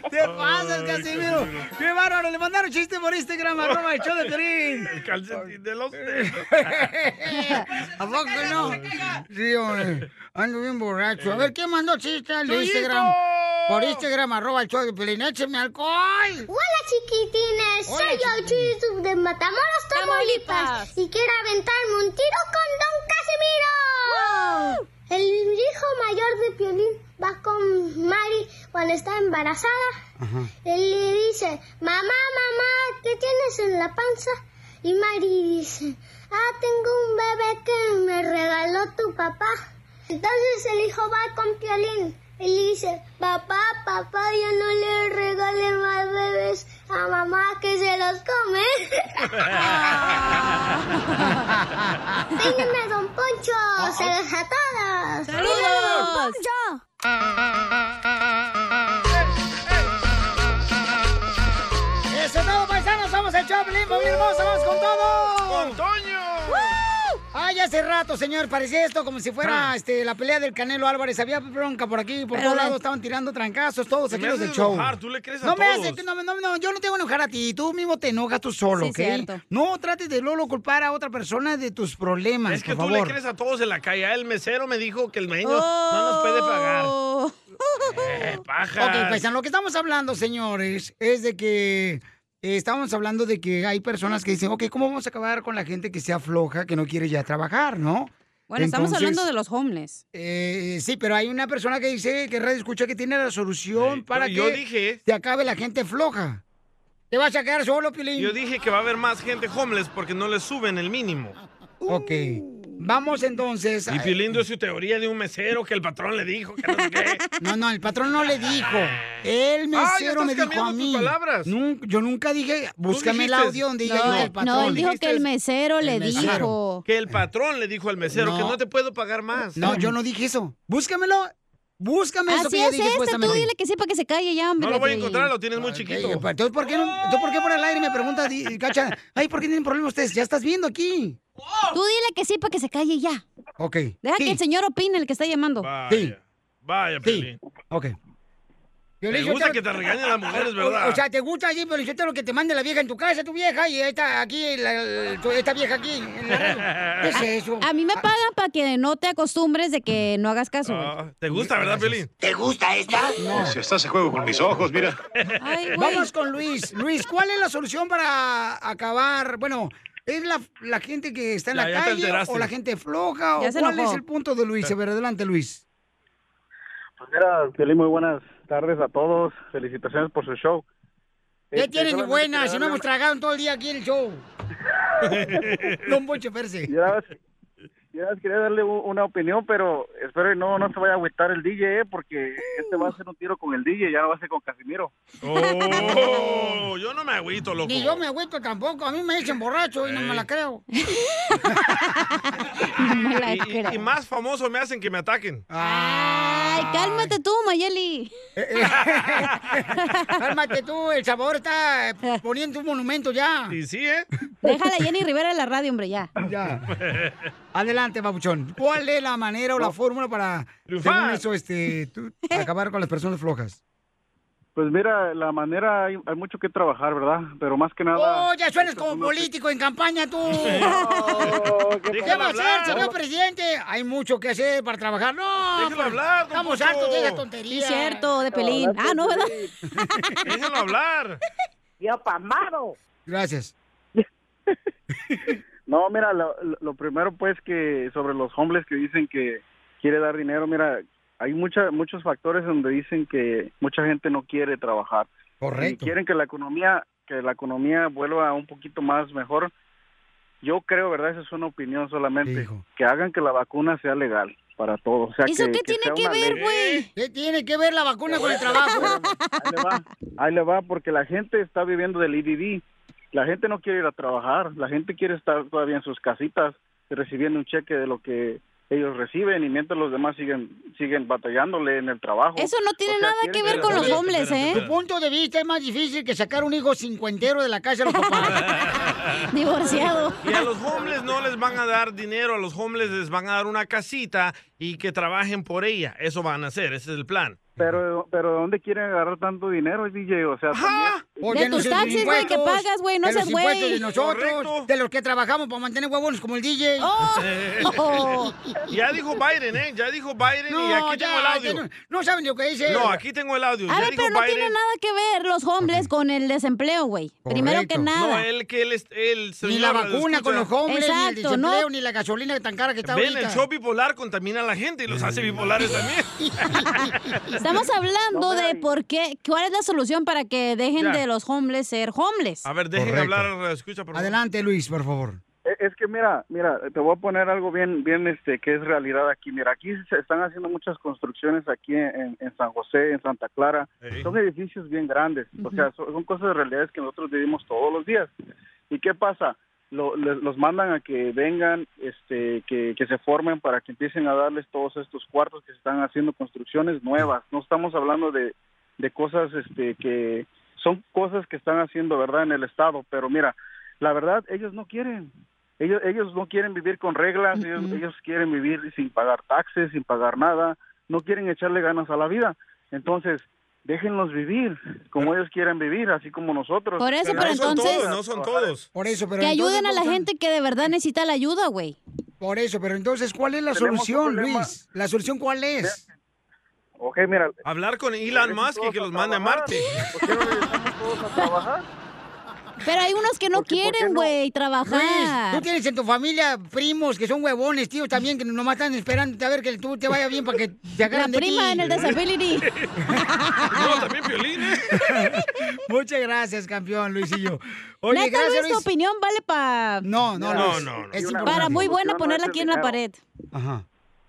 Speaker 1: ¿Qué pasa, Casimiro? ¡Qué bárbaro! Le mandaron chiste por Instagram, arroba el show de Piolín.
Speaker 9: El calcetín de los
Speaker 1: ¿A poco no? Sí, hombre. Ando bien borracho. A ver, ¿quién mandó chiste al de
Speaker 2: ¡Chuyito!
Speaker 1: Instagram? Por Instagram, arroba el show de Piolín. ¡Écheme alcohol!
Speaker 17: Hola chiquitines,
Speaker 1: Hola,
Speaker 17: soy yo, Chuyuzup de Matamoros, Tamaulipas, y quiero aventarme un tiro con Don Casimiro. El hijo mayor de Piolín va con Mari cuando está embarazada. Él le dice, mamá, mamá, ¿qué tienes en la panza? Y Mari dice, ah, tengo un bebé que me regaló tu papá. Entonces el hijo va con Piolín y le dice, papá, papá, ya no le regale más bebés a mamá que se los come. ¡Déjenme, don Poncho! ¡Se los a todos!
Speaker 2: ¡Saludos!
Speaker 17: ¡Don Poncho!
Speaker 1: ¡Eso es todo, paisanos! ¡Somos el Choplin, familia hermosa! ¡Vamos con todo!
Speaker 9: ¡Con Toño!
Speaker 1: Ay, hace rato, señor, parecía esto como si fuera este, la pelea del Canelo Álvarez. Había bronca por aquí, por
Speaker 9: Ah. Pero
Speaker 1: todos
Speaker 9: la-
Speaker 1: lados estaban tirando trancazos, todos
Speaker 9: Me
Speaker 1: aquí los
Speaker 9: haces
Speaker 1: del show.
Speaker 9: enojar, tú le crees a
Speaker 1: no me
Speaker 9: todos.
Speaker 1: haces, no, no, no, yo no te voy a enojar a ti, tú mismo te enojas tú solo,
Speaker 9: Sí,
Speaker 1: ¿ok?
Speaker 9: cierto.
Speaker 1: No trates de luego culpar a otra persona de tus problemas,
Speaker 9: Es que
Speaker 1: por
Speaker 9: tú
Speaker 1: favor.
Speaker 9: le crees a todos en la calle. Ah, El mesero me dijo que el meño no nos puede pagar.
Speaker 1: Oh.
Speaker 9: Eh, paja.
Speaker 1: Ok, pues, paisano, lo que estamos hablando, señores, es de que eh, estamos hablando de que hay personas que dicen, ok, ¿cómo vamos a acabar con la gente que se afloja, que no quiere ya trabajar, no?
Speaker 3: Bueno, estamos
Speaker 1: Entonces,
Speaker 3: hablando de los homeless.
Speaker 1: eh, sí, pero hay una persona que dice que Radio Escucha que tiene la solución para que
Speaker 9: pero yo dije-
Speaker 1: se acabe la gente floja. ¿Te vas a quedar solo, Pilín?
Speaker 9: Yo dije que va a haber más gente homeless porque no le suben el mínimo.
Speaker 1: Ok. Vamos entonces. eh,
Speaker 9: Y
Speaker 1: a-
Speaker 9: Piolín dio su teoría de un mesero que el patrón le dijo que no sé qué.
Speaker 1: No, no, el patrón no le dijo. El
Speaker 9: Ah, ya
Speaker 1: mesero
Speaker 9: estás
Speaker 1: me dijo
Speaker 9: cambiando
Speaker 1: a
Speaker 9: tus
Speaker 1: mí.
Speaker 9: palabras.
Speaker 1: Nun- yo nunca dije, búscame el
Speaker 9: dijiste-
Speaker 1: audio donde diga
Speaker 9: No,
Speaker 1: "Diga el
Speaker 9: no,
Speaker 1: patrón.
Speaker 3: él dijo que el mesero le dijo.
Speaker 9: Que el patrón le dijo al mesero que
Speaker 1: No.
Speaker 9: no te puedo pagar más.
Speaker 1: No, yo no dije eso. Búscamelo. Búscame eso
Speaker 3: Así
Speaker 1: que yo
Speaker 3: es
Speaker 9: pues,
Speaker 1: dije
Speaker 3: este, tú
Speaker 1: supuestamente.
Speaker 3: dile que sí para que se calle ya, hombre.
Speaker 9: No lo voy a
Speaker 3: Piolín.
Speaker 9: encontrar, lo tienes muy chiquito.
Speaker 1: Eh, pa- Entonces, ¿por qué, no, entonces, ¿por qué por el aire me preguntas, di- cacha? Ay, ¿por qué tienen problemas ustedes? Ya estás viendo aquí.
Speaker 9: ¡Oh!
Speaker 3: Tú dile que sí para que se calle ya.
Speaker 1: Ok.
Speaker 3: Deja
Speaker 1: sí,
Speaker 3: que el señor opine, el que está llamando.
Speaker 1: Sí.
Speaker 9: Vaya, Piolín.
Speaker 1: Ok.
Speaker 9: Te
Speaker 1: Piolín, yo
Speaker 9: gusta que te regañen las mujeres, ¿verdad?
Speaker 1: O, o sea, ¿te gusta allí, Piolín, lo que te mande la vieja en tu casa, tu vieja, y esta aquí, la- la- tu- esta vieja aquí? en la radio? ¿Qué es eso? Ah.
Speaker 3: A mí me pagan para que no te acostumbres de que no hagas caso. güey.
Speaker 9: Ah, ¿Te gusta, verdad, Piolín?
Speaker 1: ¿Te gusta esta?
Speaker 18: Si estás en juego con mis ojos, mira.
Speaker 1: Vamos con Luis. Luis, ¿cuál es la solución para acabar? Bueno, ¿es la, la gente que está en
Speaker 2: Ya,
Speaker 1: la
Speaker 2: ya te
Speaker 1: calle
Speaker 2: alteraste.
Speaker 1: o la gente floja?
Speaker 2: Ya
Speaker 1: ¿O
Speaker 2: se
Speaker 1: cuál
Speaker 2: enojó.
Speaker 1: es el punto de Luis? A ver, adelante, Luis.
Speaker 19: Pues mira, Piolín, muy buenas tardes a todos. Felicitaciones por su show.
Speaker 1: ¿Qué
Speaker 19: Este,
Speaker 1: tienen de
Speaker 19: solamente
Speaker 1: buena
Speaker 19: quería
Speaker 1: si no hemos tragado en todo el día aquí el show?
Speaker 19: darle-
Speaker 1: Don Poncho Perse.
Speaker 19: Ya ves- ya ves, quería darle u- una opinión, pero espero que no, no se vaya a agüitar el DJ, eh, porque este va a ser un tiro con el DJ, ya no va a ser con Casimiro.
Speaker 9: Oh, yo no me agüito, loco.
Speaker 1: Ni yo me agüito tampoco, a mí me dicen borracho y no me la creo.
Speaker 3: Ah,
Speaker 9: Y- y- y, más famoso me hacen que me ataquen.
Speaker 1: Ah.
Speaker 3: Ay, cálmate tú, Mayeli.
Speaker 1: Eh, Cálmate tú, el sabor está eh, poniendo un monumento ya.
Speaker 9: Y sí, ¿eh?
Speaker 3: Déjala a Jenny Rivera en la radio, hombre, ya.
Speaker 1: Ya. Adelante, Papuchón. ¿Cuál es la manera o la fórmula para según eso, este, tú, acabar con las personas flojas?
Speaker 19: Pues mira, la manera, hay, hay mucho que trabajar, ¿verdad? Pero más que nada...
Speaker 1: ¡Oh, ya suenas como político en campaña tú!
Speaker 19: Oh,
Speaker 1: ¿Qué va a hacer, señor presidente? Hay mucho que hacer para trabajar. ¡No!
Speaker 9: Déjalo
Speaker 1: pues,
Speaker 9: hablar, don
Speaker 1: Estamos
Speaker 9: Poncho.
Speaker 1: hartos de esa tontería.
Speaker 3: Sí, cierto, de pelín. Ah, no, ¿verdad?
Speaker 9: Déjenlo hablar.
Speaker 12: Yo pamado.
Speaker 1: Gracias.
Speaker 19: No, mira, lo, lo- lo primero pues que sobre los hombres que dicen que quiere dar dinero, mira, hay mucha, muchos factores donde dicen que mucha gente no quiere trabajar.
Speaker 1: Correcto.
Speaker 19: Y quieren que la economía, que la economía vuelva un poquito más mejor. Yo creo, ¿verdad? Esa es una opinión solamente. Que hagan que la vacuna sea legal para todos. O sea,
Speaker 1: ¿Eso
Speaker 19: que,
Speaker 1: qué
Speaker 19: que sea
Speaker 1: tiene que
Speaker 19: una
Speaker 1: ver,
Speaker 19: ley. pues,
Speaker 1: güey? ¿Qué tiene que ver la vacuna con el trabajo?
Speaker 19: Ahí le va, porque la gente está viviendo del IDD. La gente no quiere ir a trabajar, la gente quiere estar todavía en sus casitas recibiendo un cheque de lo que ellos reciben y mientras los demás siguen siguen batallándole en el trabajo.
Speaker 3: Eso no tiene
Speaker 19: O sea,
Speaker 3: nada que
Speaker 19: quieren
Speaker 3: ver con los hombres, ¿eh?
Speaker 1: Tu punto de vista es más difícil que sacar un hijo cincuentero de la casa de los papás. Divorciado.
Speaker 9: Y a los hombres no les van a dar dinero, a los hombres les van a dar una casita y que trabajen por ella. Eso van a hacer, ese es el plan.
Speaker 19: Pero, pero ¿de dónde quieren agarrar tanto dinero, DJ? O sea, también-
Speaker 1: Oye, nuestros impuestos, de los impuestos de nosotros, de los que trabajamos para mantener huevones como el DJ.
Speaker 3: Oh.
Speaker 9: ya dijo Biden, ¿eh? Ya dijo Biden y
Speaker 1: No,
Speaker 9: aquí
Speaker 1: ya,
Speaker 9: tengo el audio.
Speaker 1: ya no- no saben lo que dice.
Speaker 9: No, aquí tengo el audio.
Speaker 3: A
Speaker 9: ya
Speaker 3: ver,
Speaker 9: dijo
Speaker 3: pero no
Speaker 9: Biden.
Speaker 3: tiene nada que ver los hombres con el desempleo, güey. Primero que
Speaker 9: No,
Speaker 3: nada.
Speaker 9: él que él es el señor.
Speaker 1: Ni la vacuna
Speaker 9: escucha.
Speaker 1: con los hombres, ni el
Speaker 3: Exacto, ¿no?
Speaker 1: desempleo, ni la gasolina tan cara que está
Speaker 9: Ven, el
Speaker 1: ahorita.
Speaker 9: show bipolar contamina a la gente y los hace bipolares también.
Speaker 3: Estamos hablando de por qué, cuál es la solución para que dejen
Speaker 9: Ya.
Speaker 3: de los hombres ser homeless.
Speaker 9: A ver, dejen
Speaker 1: Correcto.
Speaker 9: hablar a la escucha, por favor.
Speaker 1: Adelante, Luis, por favor.
Speaker 19: Eh, Es que mira, mira, te voy a poner algo bien, bien, este, que es realidad aquí. Mira, aquí se están haciendo muchas construcciones aquí en, en San José, en Santa Clara.
Speaker 20: Ey.
Speaker 19: Son edificios bien grandes. O
Speaker 20: Ujú.
Speaker 19: sea, son, son cosas de realidades que nosotros vivimos todos los días. ¿Y qué pasa? Lo- le- los mandan a que vengan, este, que, que se formen para que empiecen a darles todos estos cuartos que se están haciendo construcciones nuevas. No estamos hablando de, de cosas, este, que son cosas que están haciendo, ¿verdad? En el Estado. Pero mira, la verdad, ellos no quieren. Ellos, ellos no quieren vivir con reglas, ellos, ellos quieren vivir sin pagar taxes, sin pagar nada, no quieren echarle ganas a la vida. Entonces, déjenlos vivir como ellos quieran vivir, así como nosotros.
Speaker 3: Por eso, Pero pero no son entonces- todos, no
Speaker 9: son todos.
Speaker 1: Por eso, pero
Speaker 3: que ayuden a
Speaker 1: entonces,
Speaker 3: la
Speaker 1: Pauchón,
Speaker 3: gente que de verdad necesita la ayuda, güey.
Speaker 1: Por eso, pero entonces, ¿cuál es la
Speaker 9: Tenemos un
Speaker 1: solución,
Speaker 9: problema.
Speaker 1: Luis? ¿La solución cuál es?
Speaker 19: Ok, mira.
Speaker 9: Hablar con Elon Musk y que los mande a Marte.
Speaker 3: Pero hay unos que no quieren, güey,
Speaker 1: Luis, tú
Speaker 3: trabajar.
Speaker 1: tienes en tu familia primos que son huevones, tíos también, que nomás están esperando a ver que tú te vaya bien para que te agarren
Speaker 3: La
Speaker 1: de
Speaker 3: prima
Speaker 1: ti.
Speaker 3: en el disability.
Speaker 9: No, también violín, ¿eh?
Speaker 1: Muchas gracias, campeón, Luisillo.
Speaker 3: Neta, Luis, tu opinión vale para...
Speaker 1: No,
Speaker 19: no, No, Luis. no, no. Una-
Speaker 3: Para
Speaker 19: una
Speaker 3: muy buena
Speaker 19: solución no
Speaker 3: ponerla
Speaker 19: es el
Speaker 3: aquí en la
Speaker 19: dinero.
Speaker 3: pared.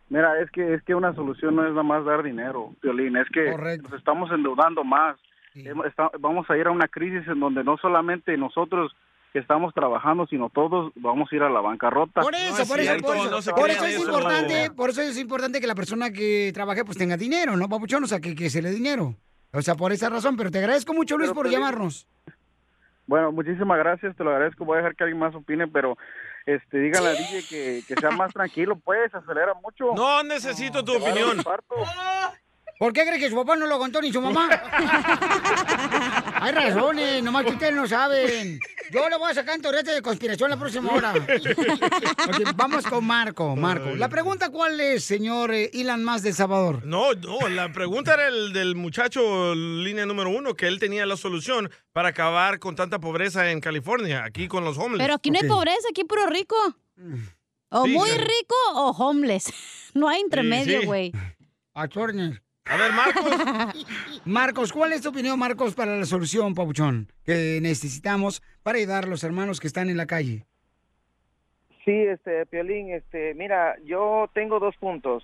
Speaker 19: Mira, es que es que una solución no es nada más dar dinero, Violín, es que
Speaker 1: Correcto.
Speaker 19: nos estamos endeudando más. Hemos- está- vamos a ir a una crisis en donde no solamente nosotros que estamos trabajando, sino todos vamos a ir a la bancarrota.
Speaker 1: Por eso, por eso, por eso. Por eso es importante, por eso es importante que la persona que trabaje pues tenga dinero, ¿no, papuchón? O sea, que, que se le dé dinero. O sea, por esa razón, pero te agradezco mucho, Luis, por llamarnos.
Speaker 19: Bueno, muchísimas gracias, te lo agradezco. Voy a dejar que alguien más opine, pero este, díganle a DJ que, que sea más tranquilo, pues, acelera mucho.
Speaker 9: No necesito tu
Speaker 19: te va a dar un
Speaker 9: opinión.
Speaker 19: infarto.
Speaker 1: ¿Por qué cree que su papá no lo contó ni su mamá? Hay razones, nomás que ustedes no saben. Yo lo voy a sacar en torrete de conspiración la próxima hora. Ah. Ok, vamos con Marco, Marco. La pregunta cuál es, señor eh, Elon Musk del Salvador.
Speaker 9: No, no, la pregunta era el del muchacho línea número uno, que él tenía la solución para acabar con tanta pobreza en California, aquí con los homeless.
Speaker 3: Pero aquí no hay pobreza, aquí puro rico. O
Speaker 9: Sí,
Speaker 3: muy
Speaker 9: claro.
Speaker 3: rico o homeless. No hay intermedio,
Speaker 1: sí.
Speaker 3: güey.
Speaker 1: A Turner.
Speaker 9: A ver, Marcos.
Speaker 1: Marcos, ¿cuál es tu opinión, Marcos, para la solución, Pabuchón, que necesitamos para ayudar a los hermanos que están en la calle?
Speaker 20: Sí, este, Piolín, este, mira, yo tengo dos puntos.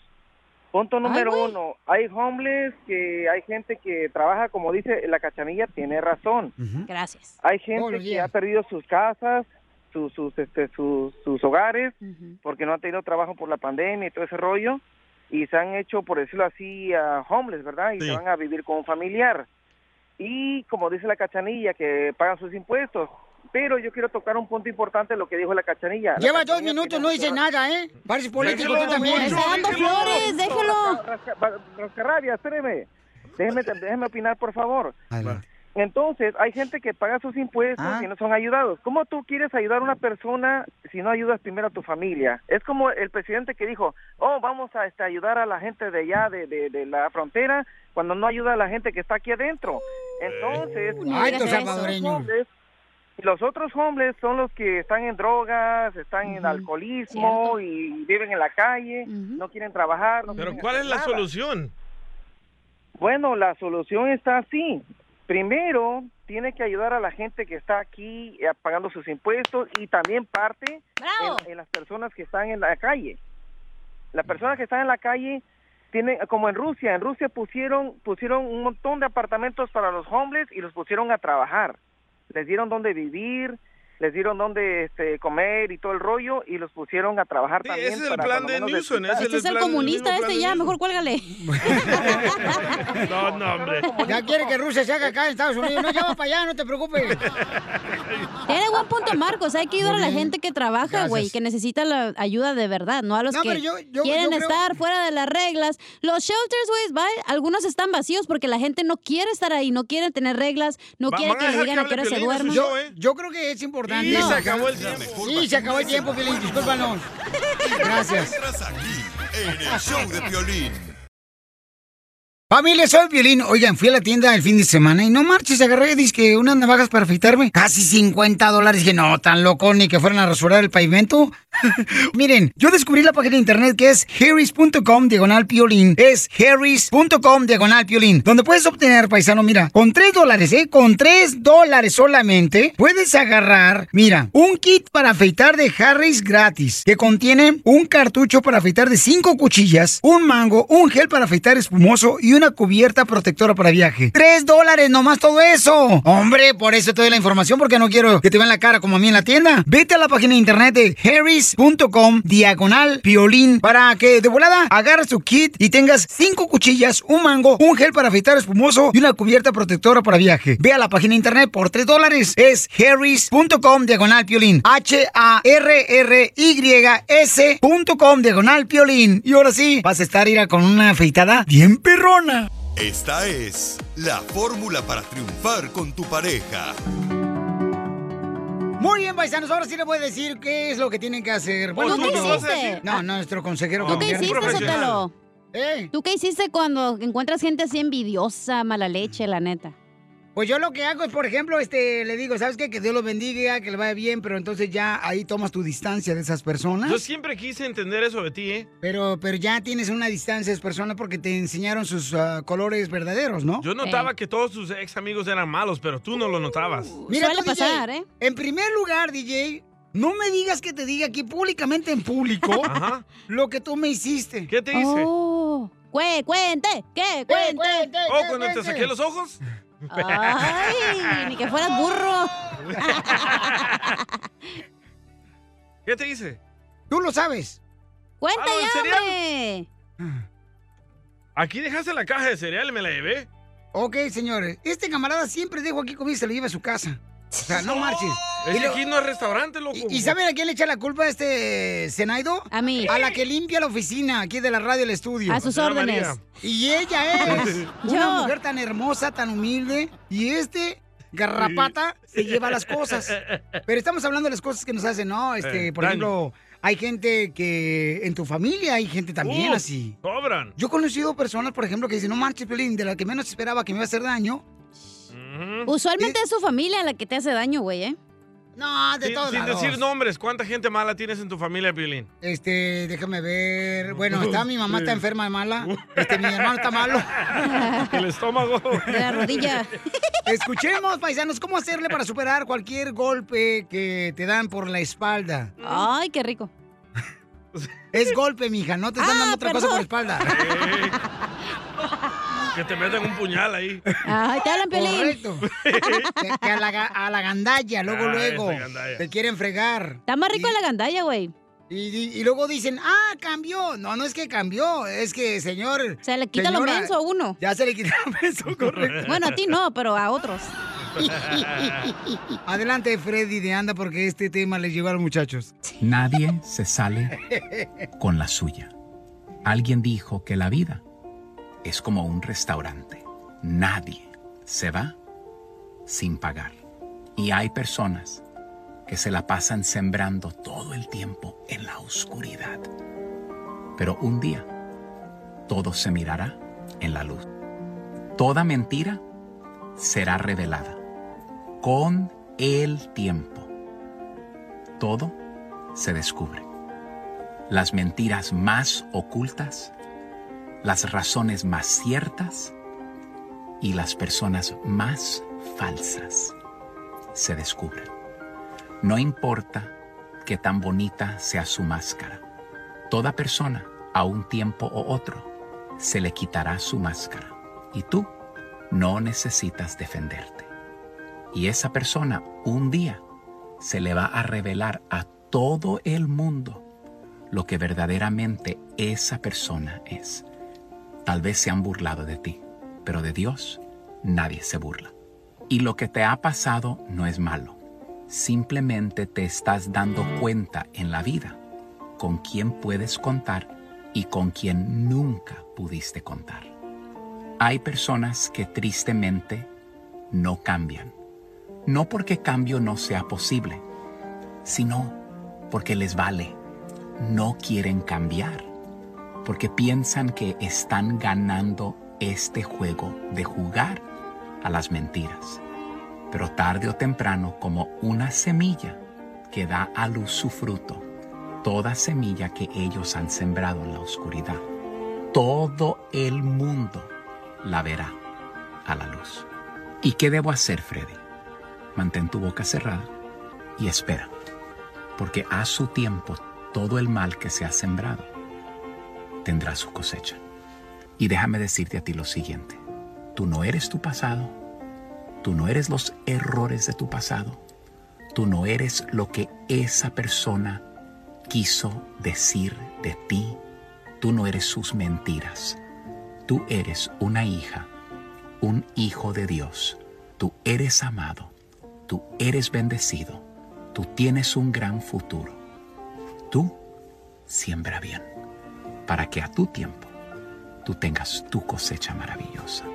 Speaker 20: Punto número uno, hay homeless que hay gente que trabaja, como dice la cachanilla, tiene razón.
Speaker 3: Gracias.
Speaker 20: Hay
Speaker 3: Todos
Speaker 20: gente
Speaker 3: los
Speaker 20: que
Speaker 3: días.
Speaker 20: ha perdido sus casas, sus, sus, este, sus, sus hogares, porque no han tenido trabajo por la pandemia y todo ese rollo, y se han hecho, por decirlo así, a homeless, ¿verdad? Y
Speaker 21: Sí.
Speaker 20: se van a vivir con un familiar. Y como dice la cachanilla, que pagan sus impuestos. Pero yo quiero tocar un punto importante, lo que dijo la cachanilla. La
Speaker 1: Lleva dos
Speaker 20: Cachanilla
Speaker 1: minutos,
Speaker 20: tiene
Speaker 1: no
Speaker 20: mucho
Speaker 1: dice
Speaker 20: razón.
Speaker 1: nada, ¿eh? Parece político tú también.
Speaker 20: Rasca- Rascarrabias, espéreme. Déjeme, déjeme opinar, por favor. Entonces, hay gente que paga sus impuestos y no son ayudados. ¿Cómo tú quieres ayudar a una persona si no ayudas primero a tu familia? Es como el presidente que dijo, oh, vamos a este, ayudar a la gente de allá, de, de- de la frontera, cuando no ayuda a la gente que está aquí adentro. Entonces,
Speaker 1: no Ay, digas estos eso. salvadoreños.
Speaker 20: hombres- los otros hombres son los que están en drogas, están en alcoholismo y viven en la calle, no quieren trabajar. No
Speaker 9: Pero
Speaker 20: quieren
Speaker 9: ¿cuál es
Speaker 20: hacer
Speaker 9: la
Speaker 20: nada.
Speaker 9: solución?
Speaker 20: Bueno, la solución está así. Primero, tiene que ayudar a la gente que está aquí eh, pagando sus impuestos y también parte en, en las personas que están en la calle. Las personas que están en la calle tienen, como en Rusia, en Rusia pusieron, pusieron un montón de apartamentos para los hombres y los pusieron a trabajar. Les dieron dónde vivir, les dieron dónde este, comer y todo el rollo y los pusieron a trabajar también.
Speaker 9: ese es el
Speaker 20: para
Speaker 9: plan de
Speaker 20: cuando menos
Speaker 9: Newsom, ese
Speaker 20: necesitan.
Speaker 3: Este es el comunista, este ya, mejor cuélgale.
Speaker 9: No, no, hombre.
Speaker 1: Ya quiere que Rusia se haga acá en Estados Unidos. No, ya va para allá, no te preocupes.
Speaker 3: Tiene buen punto, Marcos. Hay que ayudar a la gente que trabaja, güey, que necesita la ayuda de verdad, no a los
Speaker 1: No,
Speaker 3: que
Speaker 1: pero yo- yo-
Speaker 3: quieren
Speaker 1: yo creo-
Speaker 3: estar fuera de las reglas. Los shelters, güey, va- algunos están vacíos porque la gente no quiere estar ahí, no quiere tener reglas, no
Speaker 1: Va-
Speaker 3: quiere
Speaker 1: van a
Speaker 3: que les
Speaker 1: dejar
Speaker 3: digan
Speaker 1: que
Speaker 3: a qué hora
Speaker 1: hable
Speaker 3: se
Speaker 1: Piolín en su
Speaker 3: duermen.
Speaker 1: show, ¿eh? Yo creo que es importante.
Speaker 9: Y se acabó el tiempo.
Speaker 1: Sí, se acabó el tiempo, Piolín. Disculpa, no. Gracias.
Speaker 11: Entras aquí en el show de Piolín.
Speaker 1: Familia, soy Violín. Oigan, fui a la tienda el fin de semana y no marches, agarré, dizque unas navajas para afeitarme. Casi 50 dólares. Dije, no, tan loco, ni que fueran a rasurar el pavimento. Miren, yo descubrí la página de internet que es harris.com diagonal piolín. Es harris.com diagonal piolín. Donde puedes obtener, paisano, mira, con 3 dólares, ¿eh? Con 3 dólares solamente, puedes agarrar, mira, un kit para afeitar de Harris gratis, que contiene un cartucho para afeitar de 5 cuchillas, un mango, un gel para afeitar espumoso y una cubierta protectora para viaje. 3 dólares nomás todo eso. Hombre, por eso te doy la información porque no quiero que te vean la cara como a mí en la tienda. Vete a la página de internet de harris.com diagonal piolín para que de volada agarres tu kit y tengas 5 cuchillas, un mango, un gel para afeitar espumoso y una cubierta protectora para viaje. Ve a la página de internet por 3 dólares. Es harris.com diagonal piolín. H-A-R-R-Y-S.com diagonal piolín. Y ahora sí, vas a estar ira con una afeitada bien perrona.
Speaker 11: Esta es la fórmula para triunfar con tu pareja.
Speaker 1: Muy bien, paisanos, ahora sí les voy a decir qué es lo que tienen que hacer.
Speaker 3: Pues tú qué
Speaker 1: yo-
Speaker 3: hiciste.
Speaker 1: No, no, nuestro consejero.
Speaker 3: ¿Tú qué
Speaker 1: Guillermo.
Speaker 3: hiciste, Sotelo?
Speaker 1: Eh.
Speaker 3: ¿Tú qué hiciste cuando encuentras gente así envidiosa, mala leche, la neta?
Speaker 1: Pues yo lo que hago es, por ejemplo, este, le digo, ¿sabes qué? Que Dios los bendiga, que le vaya bien, pero entonces ya ahí tomas tu distancia de esas personas.
Speaker 9: Yo siempre quise entender eso de ti, ¿eh?
Speaker 1: Pero, pero ya tienes una distancia de esas personas porque te enseñaron sus ah, colores verdaderos, ¿no? Eh,
Speaker 9: Yo notaba que todos tus ex amigos eran malos, pero tú no lo notabas.
Speaker 1: tú, DJ,
Speaker 3: ¿eh?
Speaker 1: En primer lugar, DJ, no me digas que te diga aquí públicamente en público lo que tú me hiciste.
Speaker 9: ¿Qué te hice?
Speaker 3: Oh. Cue- cuente, ¿qué? Cuente.
Speaker 9: Oh, cuando te saqué los ojos.
Speaker 3: Ay, ni que fueras burro.
Speaker 9: ¿Qué te hice?
Speaker 1: Tú lo sabes.
Speaker 3: Cuenta
Speaker 9: Ah, ¿lo del
Speaker 3: ya,
Speaker 9: cereal?
Speaker 3: hombre.
Speaker 9: Aquí dejaste la caja de cereal y me la llevé.
Speaker 1: Ok, señores. Este camarada siempre dejo aquí comida y se lo lleva a su casa. O sea, no marches.
Speaker 9: Es
Speaker 1: Y
Speaker 9: que
Speaker 1: lo-
Speaker 9: aquí no es restaurante, loco.
Speaker 1: ¿Y saben a quién le echa la culpa a este Zenaido? A mí. A la que limpia la oficina aquí de la radio el estudio.
Speaker 9: A sus La señora órdenes. María.
Speaker 1: Y ella es una
Speaker 2: Yo.
Speaker 1: mujer tan hermosa, tan humilde. Y este garrapata se lleva las cosas. Pero estamos hablando de las cosas que nos hacen, ¿no? Este,
Speaker 9: Eh,
Speaker 1: por
Speaker 9: daño.
Speaker 1: ejemplo, hay gente que en tu familia hay gente también
Speaker 9: Uh,
Speaker 1: así.
Speaker 9: Cobran.
Speaker 1: Yo he conocido personas, por ejemplo, que dicen, no marches, Pelín, de la que menos esperaba que me iba a hacer daño.
Speaker 3: Usualmente es su familia la que te hace daño, güey, ¿eh?
Speaker 1: No,
Speaker 9: Sin, sin decir nombres, ¿cuánta gente mala tienes en tu familia, Piolín?
Speaker 1: Este, déjame ver. Bueno, está mi mamá está enferma de mala. Este, mi hermano está malo.
Speaker 9: El estómago.
Speaker 1: De la rodilla. Escuchemos, paisanos, cómo hacerle para superar cualquier golpe que te dan por la espalda.
Speaker 3: Ay, qué rico.
Speaker 1: Es golpe, mija, no te están
Speaker 3: Ah,
Speaker 1: dando otra cosa por la espalda.
Speaker 9: Que te metan un puñal ahí.
Speaker 3: Ay, te hablan, Pelín.
Speaker 1: Correcto. Que, que a, la, ga- a la gandalla, luego,
Speaker 9: Ah,
Speaker 1: luego.
Speaker 9: esa gandalla.
Speaker 1: Te quieren fregar.
Speaker 3: Está más rico la gandalla, güey.
Speaker 1: Y, y- y luego dicen, ah, cambió. No, no es que cambió, es que, señor.
Speaker 3: Se le quita lo menso a uno.
Speaker 1: Ya se le quita lo menso, correcto.
Speaker 3: Bueno, a ti no, pero a otros.
Speaker 1: Adelante, Freddy de Anda, porque este tema les llegó a los muchachos.
Speaker 21: Nadie se sale con la suya. Alguien dijo que la vida es como un restaurante. Nadie se va sin pagar. Y hay personas que se la pasan sembrando todo el tiempo en la oscuridad. Pero un día todo se mirará en la luz. Toda mentira será revelada con el tiempo. Todo se descubre. Las mentiras más ocultas, las razones más ciertas y las personas más falsas se descubren. No importa qué tan bonita sea su máscara, toda persona a un tiempo o otro se le quitará su máscara y tú no necesitas defenderte. Y esa persona un día se le va a revelar a todo el mundo lo que verdaderamente esa persona es. Tal vez se han burlado de ti, pero de Dios nadie se burla. Y lo que te ha pasado no es malo. Simplemente te estás dando cuenta en la vida con quién puedes contar y con quién nunca pudiste contar. Hay personas que tristemente no cambian no porque cambio no sea posible, sino porque les vale. No quieren cambiar, porque piensan que están ganando este juego de jugar a las mentiras. Pero tarde o temprano, como una semilla que da a luz su fruto, toda semilla que ellos han sembrado en la oscuridad, todo el mundo la verá a la luz. ¿Y qué debo hacer, Freddy? mantén tu boca cerrada y espera, porque a su tiempo todo el mal que se ha sembrado tendrá su cosecha. Y déjame decirte a ti lo siguiente, tú no eres tu pasado, tú no eres los errores de tu pasado, tú no eres lo que esa persona quiso decir de ti, tú no eres sus mentiras, tú eres una hija, un hijo de Dios, tú eres amado. Tú eres bendecido. Tú tienes un gran futuro. Tú siembra bien para que a tu tiempo tú tengas tu cosecha maravillosa.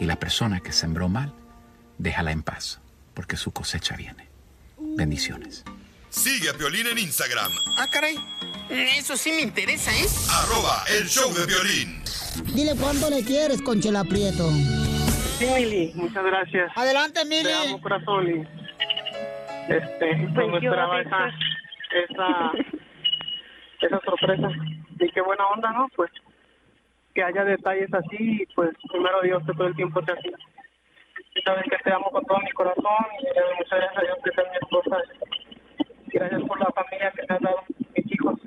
Speaker 21: Y la persona que sembró mal, déjala en paz, porque su cosecha viene. Bendiciones.
Speaker 11: Sigue a Piolín en Instagram,
Speaker 14: Ah, caray. Eso sí me interesa, ¿eh?
Speaker 11: arroba el show de violín.
Speaker 1: Dile cuánto le quieres, Conchela Prieto.
Speaker 20: Sí, Mili, muchas gracias.
Speaker 1: Adelante, Mili.
Speaker 20: Te amo, corazón. y, Este, cómo
Speaker 2: yo,
Speaker 20: esperaba esa, esa, esa sorpresa. Y qué buena onda, ¿no? Pues que haya detalles así, y, pues primero Dios que todo el tiempo sea así. Y sabes que te amo con todo mi corazón y le doy muchas gracias a Dios que seas mi esposa. Gracias por la familia que te has dado, mis hijos.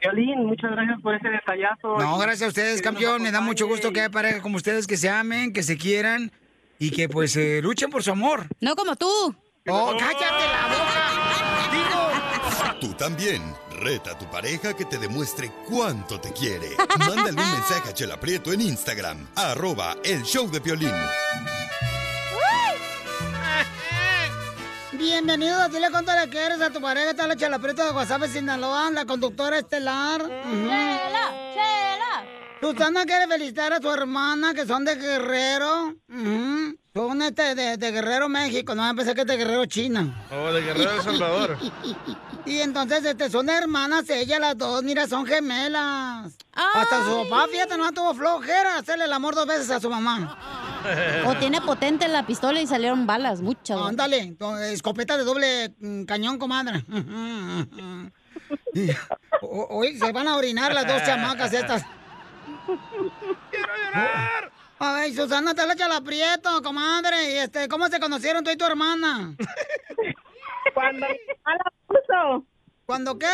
Speaker 20: Violín, muchas gracias por ese detallazo.
Speaker 1: No,
Speaker 20: Y-
Speaker 1: gracias a ustedes, campeón. Me da mucho gusto que haya parejas como ustedes que se amen, que se quieran y que pues eh, luchen por su amor.
Speaker 3: No como tú.
Speaker 1: Oh, cállate la boca.
Speaker 11: Tú también. Reta a tu pareja que te demuestre cuánto te quiere. Mándale un mensaje a Chela Prieto en Instagram, arroba el show de Piolín.
Speaker 1: Bienvenido a Dile Cuánto Le Quieres a tu pareja. Está la chalapreta de Guasave, Sinaloa, la conductora estelar. Mm. ¡Chela! ¡Chela! Susana quiere felicitar a su hermana, que son de Guerrero. Ujú. Son este, de, de Guerrero, México. No, pensé que es de Guerrero, China.
Speaker 9: Oh, de Guerrero de Salvador.
Speaker 1: Y entonces, este, son hermanas ellas las dos, mira, son gemelas. Hasta su papá, fíjate, no tuvo flojera hacerle el amor dos veces a su mamá.
Speaker 3: O tiene potente la pistola y salieron balas, muchas.
Speaker 1: Ándale, to- escopeta de doble mm, cañón, comadre. O- Oye, se van a orinar las dos chamacas estas. Ay, Susana, te la echa la aprieto, comadre. Y este, ¿cómo se conocieron tú y tu hermana? Cuando mi mamá la puso. ¿Cuándo qué?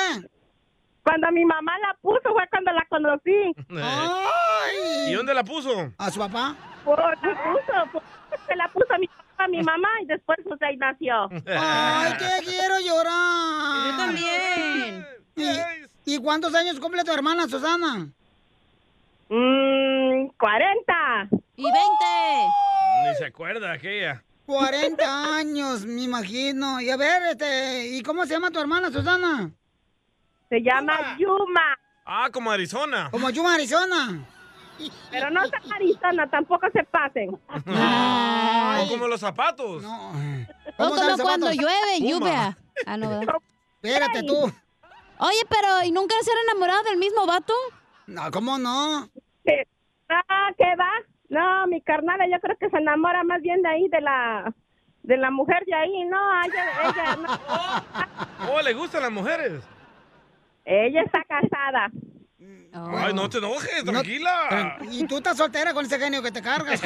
Speaker 1: Cuando mi mamá la puso fue cuando la conocí.
Speaker 9: ¿Y dónde la puso?
Speaker 1: ¿A su papá?
Speaker 6: Por su puso, por- se la puso a mi papá, a mi mamá y después pues ahí nació.
Speaker 1: Ay, que quiero llorar.
Speaker 6: Yo también.
Speaker 1: ¿Y, y cuántos años cumple tu hermana, Susana?
Speaker 6: Mmm, 40.
Speaker 3: Y 20.
Speaker 9: Ni se acuerda aquella.
Speaker 1: 40 años, me imagino. Y a ver, este, ¿y cómo se llama tu hermana, Susana?
Speaker 6: Se llama Yuma.
Speaker 9: Ah, como Arizona.
Speaker 1: Como Yuma, Arizona.
Speaker 6: Pero no se Arizona, tampoco se pasen.
Speaker 9: O como los zapatos. No.
Speaker 3: No como cuando llueve, lluvia. Ah, no, ¿verdad?
Speaker 1: Espérate tú.
Speaker 3: Oye, pero ¿y nunca se han enamorado del mismo vato?
Speaker 1: No, ¿cómo no?
Speaker 6: Ah, ¿qué va? No, mi carnala, yo creo que se enamora más bien de ahí, de la de la mujer de ahí, no, Ah, ella, ella, no.
Speaker 9: Oh, le gustan las mujeres.
Speaker 6: ella está casada.
Speaker 3: Oh.
Speaker 9: Ay, no te enojes, tranquila.
Speaker 1: eh, Y tú estás soltera con ese genio que te cargas.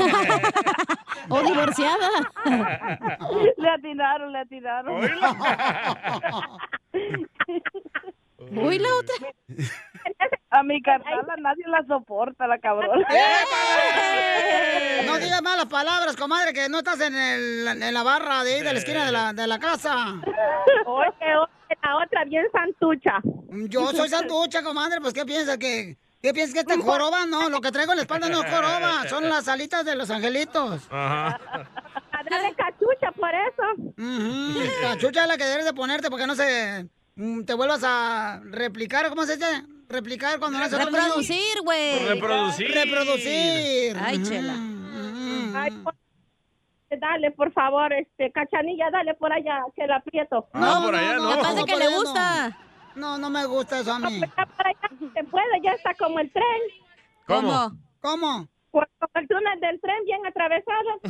Speaker 3: o divorciada.
Speaker 6: Le atinaron, le atinaron.
Speaker 3: Uy, la otra.
Speaker 6: A mi carnala nadie la soporta, la cabrona.
Speaker 1: Eh, No digas malas palabras, comadre, que no estás en, el- en la barra de ahí de la esquina de la, de la casa.
Speaker 6: Oye, oye, la otra bien santucha.
Speaker 1: Yo soy sanducha, comadre, pues ¿qué piensas? ¿Que, ¿Qué piensas que este joroba? No, lo que traigo en la espalda no es joroba, son las alitas de los angelitos.
Speaker 2: Ajá.
Speaker 1: A darle cachucha por eso. Cachucha es la que debes de ponerte porque no se mm, te vuelvas a replicar, ¿cómo se dice? Replicar cuando no se
Speaker 3: Reproducir, güey.
Speaker 9: Reproducir.
Speaker 1: Reproducir.
Speaker 3: Ay, chela.
Speaker 6: Ay, por- Dale, por favor, este, cachanilla, dale por allá, que la aprieto.
Speaker 9: No, por allá no.
Speaker 6: capaz de que
Speaker 1: por
Speaker 6: le
Speaker 1: allá no.
Speaker 6: gusta.
Speaker 1: No, no me gusta eso a mí.
Speaker 6: Se puede, ya está como el tren.
Speaker 1: ¿Cómo? ¿Cómo?
Speaker 6: Por por el túnel del tren bien atravesado.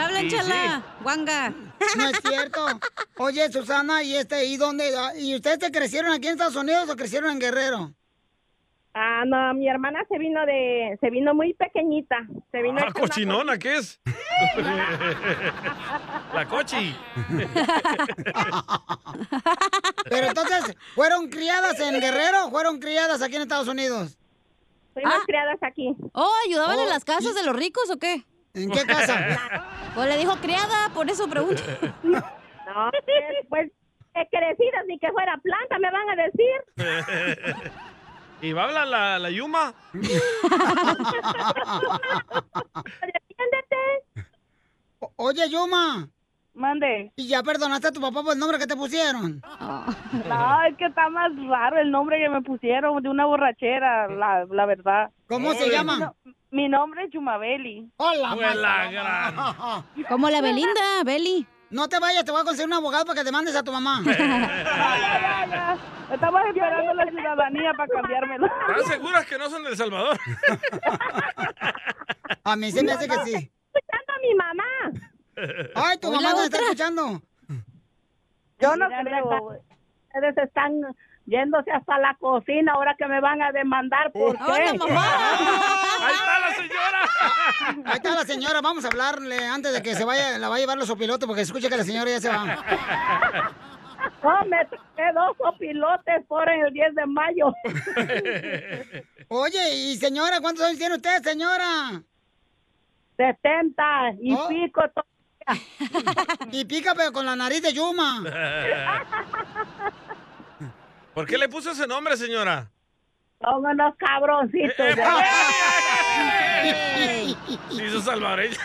Speaker 3: Hablan,
Speaker 1: Sí,
Speaker 3: chala. Guanga.
Speaker 1: No es cierto. Oye, Susana, ¿y este y dónde y ustedes te crecieron aquí en Estados Unidos o crecieron en Guerrero?
Speaker 6: Ah, no, mi hermana se vino de, se vino muy pequeñita. Se vino
Speaker 9: Ah, cochinona, ¿qué es? La cochi.
Speaker 1: Pero entonces, ¿fueron criadas en Guerrero o fueron criadas aquí en Estados Unidos? Ah.
Speaker 6: Fuimos criadas aquí.
Speaker 3: Oh, ¿ayudaban en las casas de los ricos o qué?
Speaker 1: ¿En qué casa?
Speaker 3: O le dijo criada, por eso pregunto.
Speaker 6: No, pues, pues que crecidas ni que fuera planta, me van a decir.
Speaker 9: ¿Y va a hablar la, la Yuma?
Speaker 1: O- Oye, Yuma.
Speaker 6: Mande.
Speaker 1: ¿Y ya perdonaste a tu papá por el Pues, nombre que te pusieron?
Speaker 3: Ah.
Speaker 6: No, es que está más raro el nombre que me pusieron de una borrachera, la, la verdad. Eh,
Speaker 1: ¿Cómo se llama?
Speaker 6: Mi, mi nombre es Yumabeli.
Speaker 1: Hola,
Speaker 9: Fue la gran.
Speaker 3: Como la Belinda, Beli.
Speaker 1: Ah. No te vayas, te voy a conseguir un abogado para que te mandes a tu mamá.
Speaker 6: Estamos esperando la ciudadanía para cambiármela.
Speaker 9: ¿Están seguras que no son del Salvador?
Speaker 1: A mí se me hace que sí.
Speaker 6: escuchando a mi mamá.
Speaker 1: Ay, tu
Speaker 6: Hoy la
Speaker 1: mamá nos está
Speaker 6: otra.
Speaker 1: escuchando.
Speaker 6: Yo no creo. Ustedes están yéndose hasta la cocina ahora que me van a demandar por qué.
Speaker 9: ¡Ahí está la señora!
Speaker 1: Ahí está la señora, vamos a hablarle antes de que se vaya, la va a llevar los opilotes porque escucha que la señora ya se va.
Speaker 6: No, Oh, me traje dos copilotes por el 10 de mayo.
Speaker 1: Oye, y señora, ¿cuántos años tiene usted, señora? Oh.
Speaker 6: 70 y pico.
Speaker 1: Y pica, pero con la nariz de Yuma.
Speaker 9: ¿Por qué le puso ese nombre, señora?
Speaker 6: Son unos cabroncitos.
Speaker 1: Eh, ah.
Speaker 9: Se hizo salvadoreña.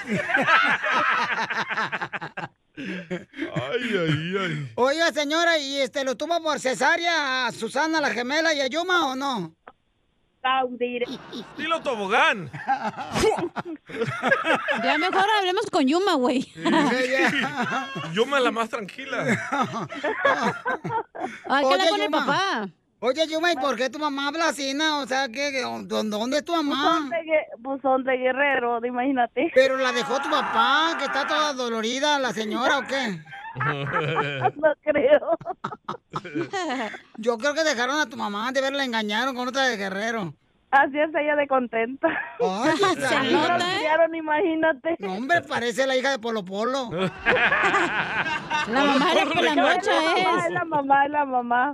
Speaker 1: Oiga, señora, ¿y este lo tuvo por cesárea a Susana, la gemela y a Yuma o no?
Speaker 9: Dilo tobogán.
Speaker 3: Ya mejor hablemos con Yuma, güey.
Speaker 9: Yo me la más tranquila.
Speaker 3: Ay, ¿qué habla con el papá?
Speaker 1: Oye, Yuma, ¿y por qué tu mamá habla así, no? O sea, ¿qué, qué- dónde, dónde es tu mamá?
Speaker 2: Buzón de, gue- buzón de guerrero, de- imagínate.
Speaker 1: Pero la dejó tu papá, que está toda dolorida la señora, ¿o qué?
Speaker 2: No creo.
Speaker 1: Yo creo que dejaron a tu mamá, de verla engañaron con otra de guerrero.
Speaker 2: Así es ella de contenta.
Speaker 1: Se
Speaker 2: nota,
Speaker 1: imagínate. No, hombre, parece la hija de Polo Polo.
Speaker 2: La mamá de Pelamocha
Speaker 3: ¿eh?
Speaker 2: es.
Speaker 1: la mamá, es la mamá.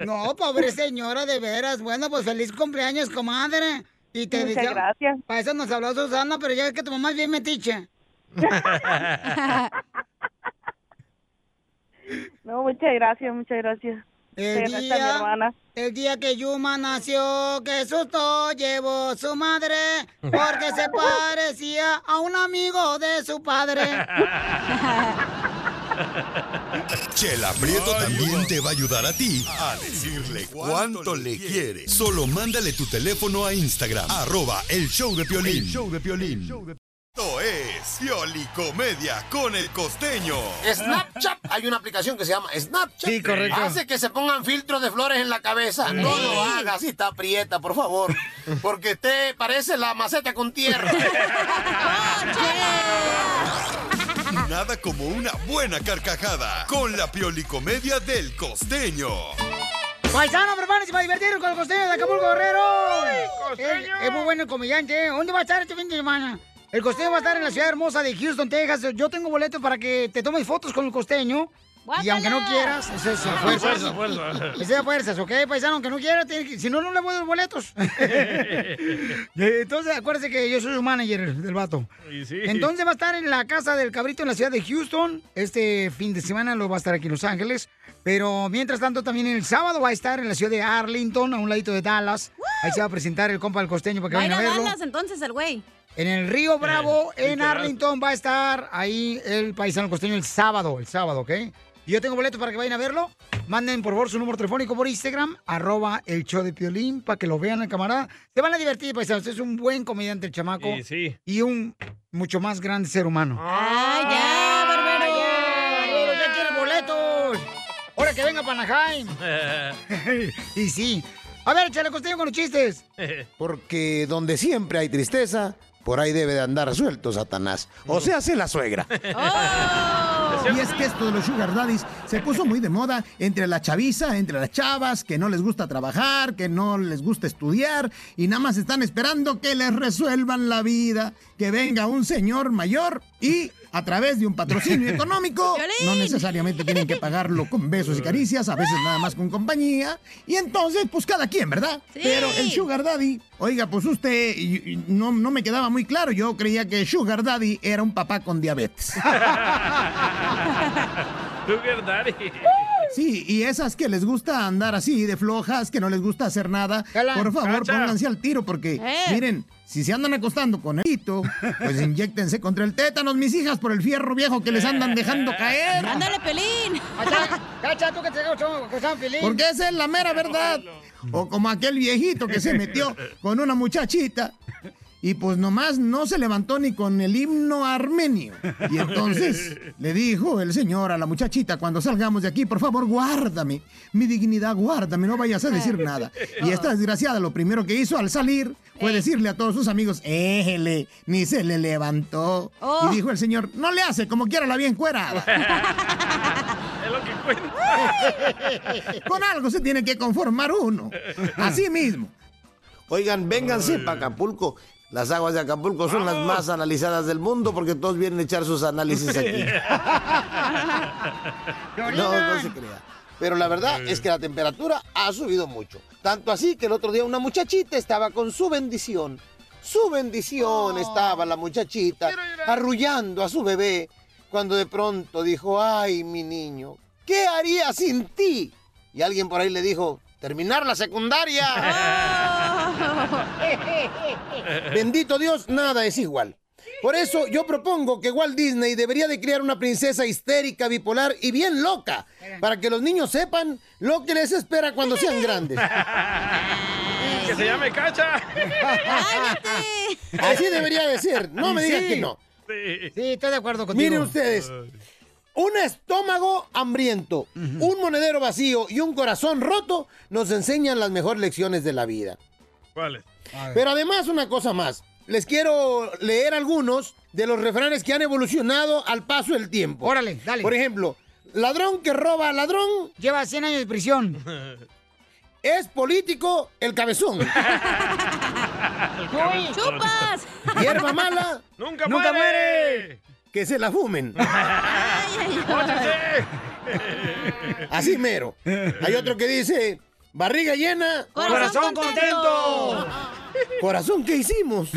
Speaker 1: No, pobre señora, de veras. Bueno, pues feliz cumpleaños, comadre. Y te
Speaker 2: Muchas
Speaker 1: gracias. Para eso nos habló Susana, pero ya es que tu mamá es bien metiche.
Speaker 2: No, muchas gracias, muchas gracias.
Speaker 1: El
Speaker 2: Muchas gracias a mi hermana.
Speaker 1: día, el día que Yuma nació, que susto llevó su madre, porque se parecía a un amigo de su padre.
Speaker 11: Chela Prieto también te va a ayudar a ti a decirle cuánto le quiere. Solo mándale tu teléfono a Instagram, arroba el show de Piolín.
Speaker 22: El
Speaker 11: show de Piolín. Esto es Piolicomedia con el costeño.
Speaker 23: Snapchat, hay una aplicación que se llama Snapchat.
Speaker 11: Sí, correcto.
Speaker 23: Hace que se pongan filtros de flores en la cabeza. No
Speaker 11: Sí.
Speaker 23: lo hagas, si está aprieta, por favor. Porque te parece la maceta con tierra.
Speaker 11: Nada como una buena carcajada con la Piolicomedia del costeño.
Speaker 1: Paisano, prepárense para divertirnos con el costeño de Acapulco Guerrero. Es, es muy bueno el comediante. ¿eh? ¿Dónde va a estar este fin de semana? El costeño va a estar en la ciudad hermosa de Houston, Texas. Yo tengo boletos para que te tomes fotos con el costeño. Y aunque no quieras, es eso,
Speaker 24: Ah,
Speaker 1: fuerzas.
Speaker 24: fuerza, fuerza.
Speaker 1: Es de fuerzas, ¿ok? Paisano, aunque no quiera, tiene que- si no, no le voy a dar boletos. Entonces, acuérdese que yo soy su manager del vato.
Speaker 9: Y sí.
Speaker 1: Entonces va a estar en la casa del cabrito en la ciudad de Houston. Este fin de semana lo va a estar aquí en Los Ángeles. Pero mientras tanto, también el sábado va a estar en la ciudad de Arlington, a un ladito de Dallas. Ahí se va a presentar el compa del costeño para que
Speaker 3: Va a ir
Speaker 1: vayan
Speaker 3: a
Speaker 1: a verlo.
Speaker 3: Dallas entonces el güey.
Speaker 1: En el Río Bravo,
Speaker 3: Eh,
Speaker 1: en
Speaker 3: literal.
Speaker 1: Arlington, va a estar ahí el paisano costeño el sábado, el sábado, ¿ok? Y Yo tengo boletos para que vayan a verlo. Manden, por favor, su número telefónico por Instagram, arroba el show de Piolín, para que lo vean el camarada. Se van a divertir, paisanos. Es un buen comediante el chamaco.
Speaker 9: Y sí.
Speaker 1: Y un mucho más grande ser humano.
Speaker 3: ¡Ah, ya, barbero!
Speaker 1: ¡Barbero, ya quiere boletos! ¡Ahora que venga Panaheim! y sí. A ver, chale, costeño con los chistes.
Speaker 4: Porque donde siempre hay tristeza, por ahí debe de andar suelto Satanás. O sea, hace la suegra.
Speaker 25: Y es que esto de los sugar daddies se puso muy de moda entre la chaviza, entre las chavas, que no les gusta trabajar, que no les gusta estudiar y nada más están esperando que les resuelvan la vida, que venga un señor mayor y a través de un patrocinio económico, no necesariamente tienen que pagarlo con besos y caricias, a veces nada más con compañía y entonces pues cada quien, ¿verdad? Pero el sugar daddy, oiga, pues usted y- y no, no me quedaba muy claro, yo creía que sugar daddy era un papá con diabetes.
Speaker 9: Sugar Daddy.
Speaker 25: Sí, y esas que les gusta andar así de flojas, que no les gusta hacer nada,
Speaker 9: Cala,
Speaker 25: por favor,
Speaker 9: cacha.
Speaker 25: pónganse al tiro porque
Speaker 9: Eh.
Speaker 25: miren, si se andan acostando con el hito, pues inyéctense contra el tétanos, mis hijas, por el fierro viejo que les andan dejando caer.
Speaker 3: ¡Ándale, Pelín!
Speaker 1: ¡Cacha, tú que te acostado,
Speaker 9: pues.
Speaker 1: Pelín!
Speaker 25: Porque esa es la mera verdad. O como aquel viejito que se metió con una muchachita y pues nomás no se levantó ni con el himno armenio. Y entonces le dijo el señor a la muchachita, cuando salgamos de aquí, por favor, guárdame, mi dignidad, guárdame, no vayas a decir nada. Y esta desgraciada lo primero que hizo al salir
Speaker 24: Eh.
Speaker 25: fue decirle a todos sus amigos, éjele, ni se le levantó.
Speaker 24: Oh.
Speaker 25: Y dijo el señor, no le hace, como quiera la bien cuerada.
Speaker 24: Es lo que cuenta.
Speaker 25: Con algo se tiene que conformar uno. Así mismo.
Speaker 4: Oigan, vénganse para Acapulco. Las aguas de Acapulco son
Speaker 25: Ah.
Speaker 4: las más analizadas del mundo porque todos vienen a echar sus análisis aquí. No, no se crea. Pero la verdad es que la temperatura ha subido mucho. Tanto así que el otro día una muchachita estaba con su bendición. Su bendición estaba la muchachita arrullando a su bebé cuando de pronto dijo, ay mi niño, ¿qué haría sin ti? Y alguien por ahí le dijo, terminar la
Speaker 25: Ah.
Speaker 4: secundaria. Bendito Dios, nada es igual.
Speaker 25: Por eso yo propongo que Walt Disney debería de crear una princesa histérica, bipolar y bien loca, para que los niños sepan lo que les espera cuando sean grandes.
Speaker 9: Que se llame Cacha.
Speaker 25: Así debería de ser, no me
Speaker 1: Sí.
Speaker 25: digas que no.
Speaker 1: Sí, estoy de acuerdo contigo.
Speaker 25: Miren ustedes, un estómago hambriento, un monedero vacío y un corazón roto nos enseñan las mejores lecciones de la vida.
Speaker 9: ¿Cuáles?
Speaker 25: Pero además una cosa más, les quiero leer algunos de los refranes que han evolucionado al paso del tiempo.
Speaker 1: Órale, dale.
Speaker 25: Por ejemplo, ladrón que roba a ladrón
Speaker 1: lleva 100 años de prisión.
Speaker 25: Es político el cabezón.
Speaker 3: ¡Chupas!
Speaker 25: Hierba mala.
Speaker 9: Nunca,
Speaker 25: muere. Que se la fumen. Así mero. Hay otro que dice, barriga llena.
Speaker 2: Corazón Corazón contento.
Speaker 25: Corazón, ¿qué hicimos?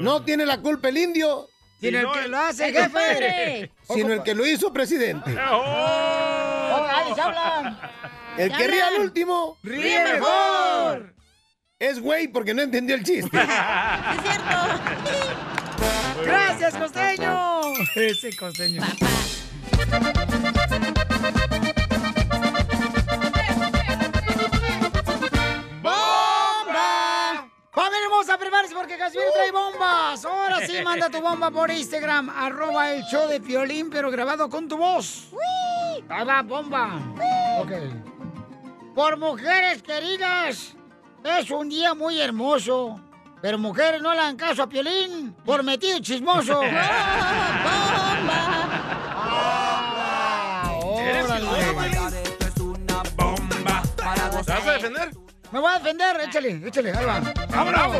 Speaker 25: No tiene la culpa el indio.
Speaker 2: Sino el que lo hace, jefe.
Speaker 25: Sino el que lo hizo presidente. El que ríe al último.
Speaker 2: Ríe mejor.
Speaker 25: Es güey porque no entendió el chiste.
Speaker 2: Es cierto.
Speaker 1: Gracias, costeño. Ese costeño. ¡Bomba! ¡Familia hermosa, prepárense porque Casimiro trae bombas! Ahora sí, manda tu bomba por Instagram, arroba el show de Piolín, pero grabado con tu voz. Ahí va, bomba. Ok. Por mujeres queridas, es un día muy hermoso. Pero mujeres no le dan caso a Piolín por metido y chismoso. ¡Bomba! ¡Órale!
Speaker 9: ¿Te vas a defender? Ah,
Speaker 1: Me voy a defender, échale, échale, ahí va. ¡Vámonos!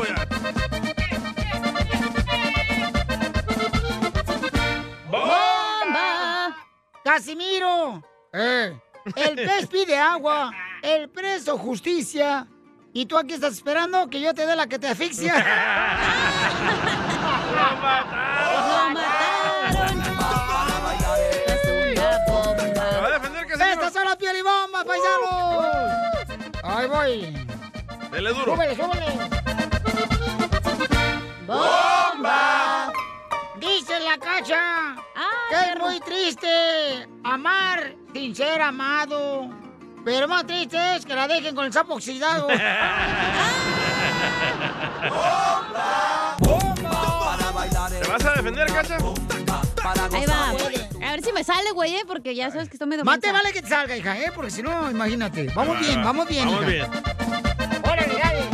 Speaker 1: ¡Bomba! ¡Casimiro! Eh. El pez pide agua, el preso justicia. Y tú aquí estás esperando que yo te dé la que te asfixia. ¡Estas son las piel y bombas, paisanos! ¡Ahí voy!
Speaker 9: Dele duro.
Speaker 1: ¡Súbele, súbele! ¡Bomba! Dice la cacha que es muy triste amar sin ser amado. Pero más triste es que la dejen con el sapo oxidado.
Speaker 9: ¿Te vas a defender, Cacha?
Speaker 3: Ahí va. A ver si me sale, güey, eh, porque ya sabes que estoy medio.
Speaker 1: Mate,
Speaker 3: mensa.
Speaker 1: vale que te salga, hija, ¿eh? Porque si no, imagínate. Vamos
Speaker 9: Ah,
Speaker 1: bien, vamos bien,
Speaker 9: vamos
Speaker 1: hija.
Speaker 9: bien.
Speaker 1: ¡Órale, dale!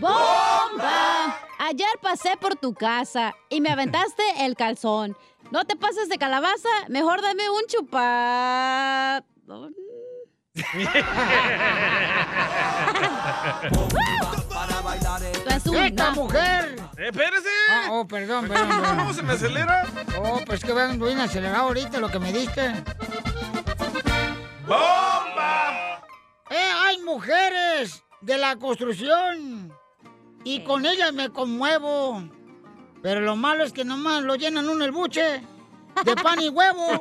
Speaker 3: ¡Bomba! Ayer pasé por tu casa y me aventaste el calzón. No te pases de calabaza, mejor dame un chupa.
Speaker 1: Oh, ¡Esta mujer!
Speaker 9: ¡Eh, espérese!
Speaker 1: Ah, oh, perdón, perdón. ¿Cómo
Speaker 9: se me acelera?
Speaker 1: Oh, pues que vean, bien acelerado ahorita lo que me diste.
Speaker 9: ¡Bomba!
Speaker 1: ¡Eh, hay mujeres de la construcción! Y con ellas me conmuevo. Pero lo malo es que nomás lo llenan uno el buche de pan y huevo.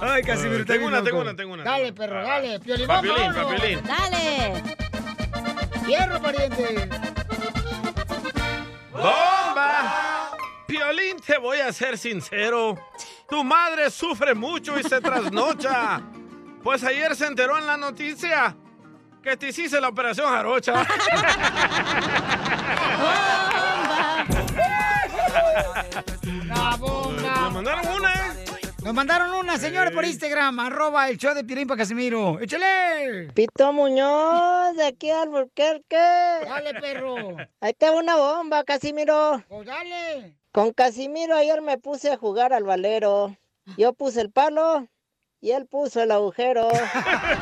Speaker 9: Ay,
Speaker 2: Casimiro, está
Speaker 9: Tengo una,
Speaker 2: bien
Speaker 9: tengo
Speaker 2: loco.
Speaker 9: una, tengo una.
Speaker 1: Dale, perro, dale. Piolín,
Speaker 9: Va, Piolín,
Speaker 1: vámonos.
Speaker 9: va, Piolín.
Speaker 3: Dale.
Speaker 1: Fierro, pariente.
Speaker 9: ¡Bomba! Piolín, te voy a ser sincero. Tu madre sufre mucho y se trasnocha. Pues ayer se enteró en la noticia que te hiciste la operación jarocha.
Speaker 1: La bomba. Nos
Speaker 9: mandaron una, ¿eh?
Speaker 1: Nos mandaron una, señores, por Instagram. Arroba el show de Piolín para Casimiro. ¡Échale!
Speaker 5: Pito Muñoz, Oh, de aquí al Burquerque.
Speaker 1: Dale, perro.
Speaker 5: Ahí te va una bomba, Casimiro.
Speaker 1: Pues dale.
Speaker 5: Con Casimiro ayer me puse a jugar al valero. Yo puse el palo y él puso el agujero.
Speaker 9: ¡Bomba!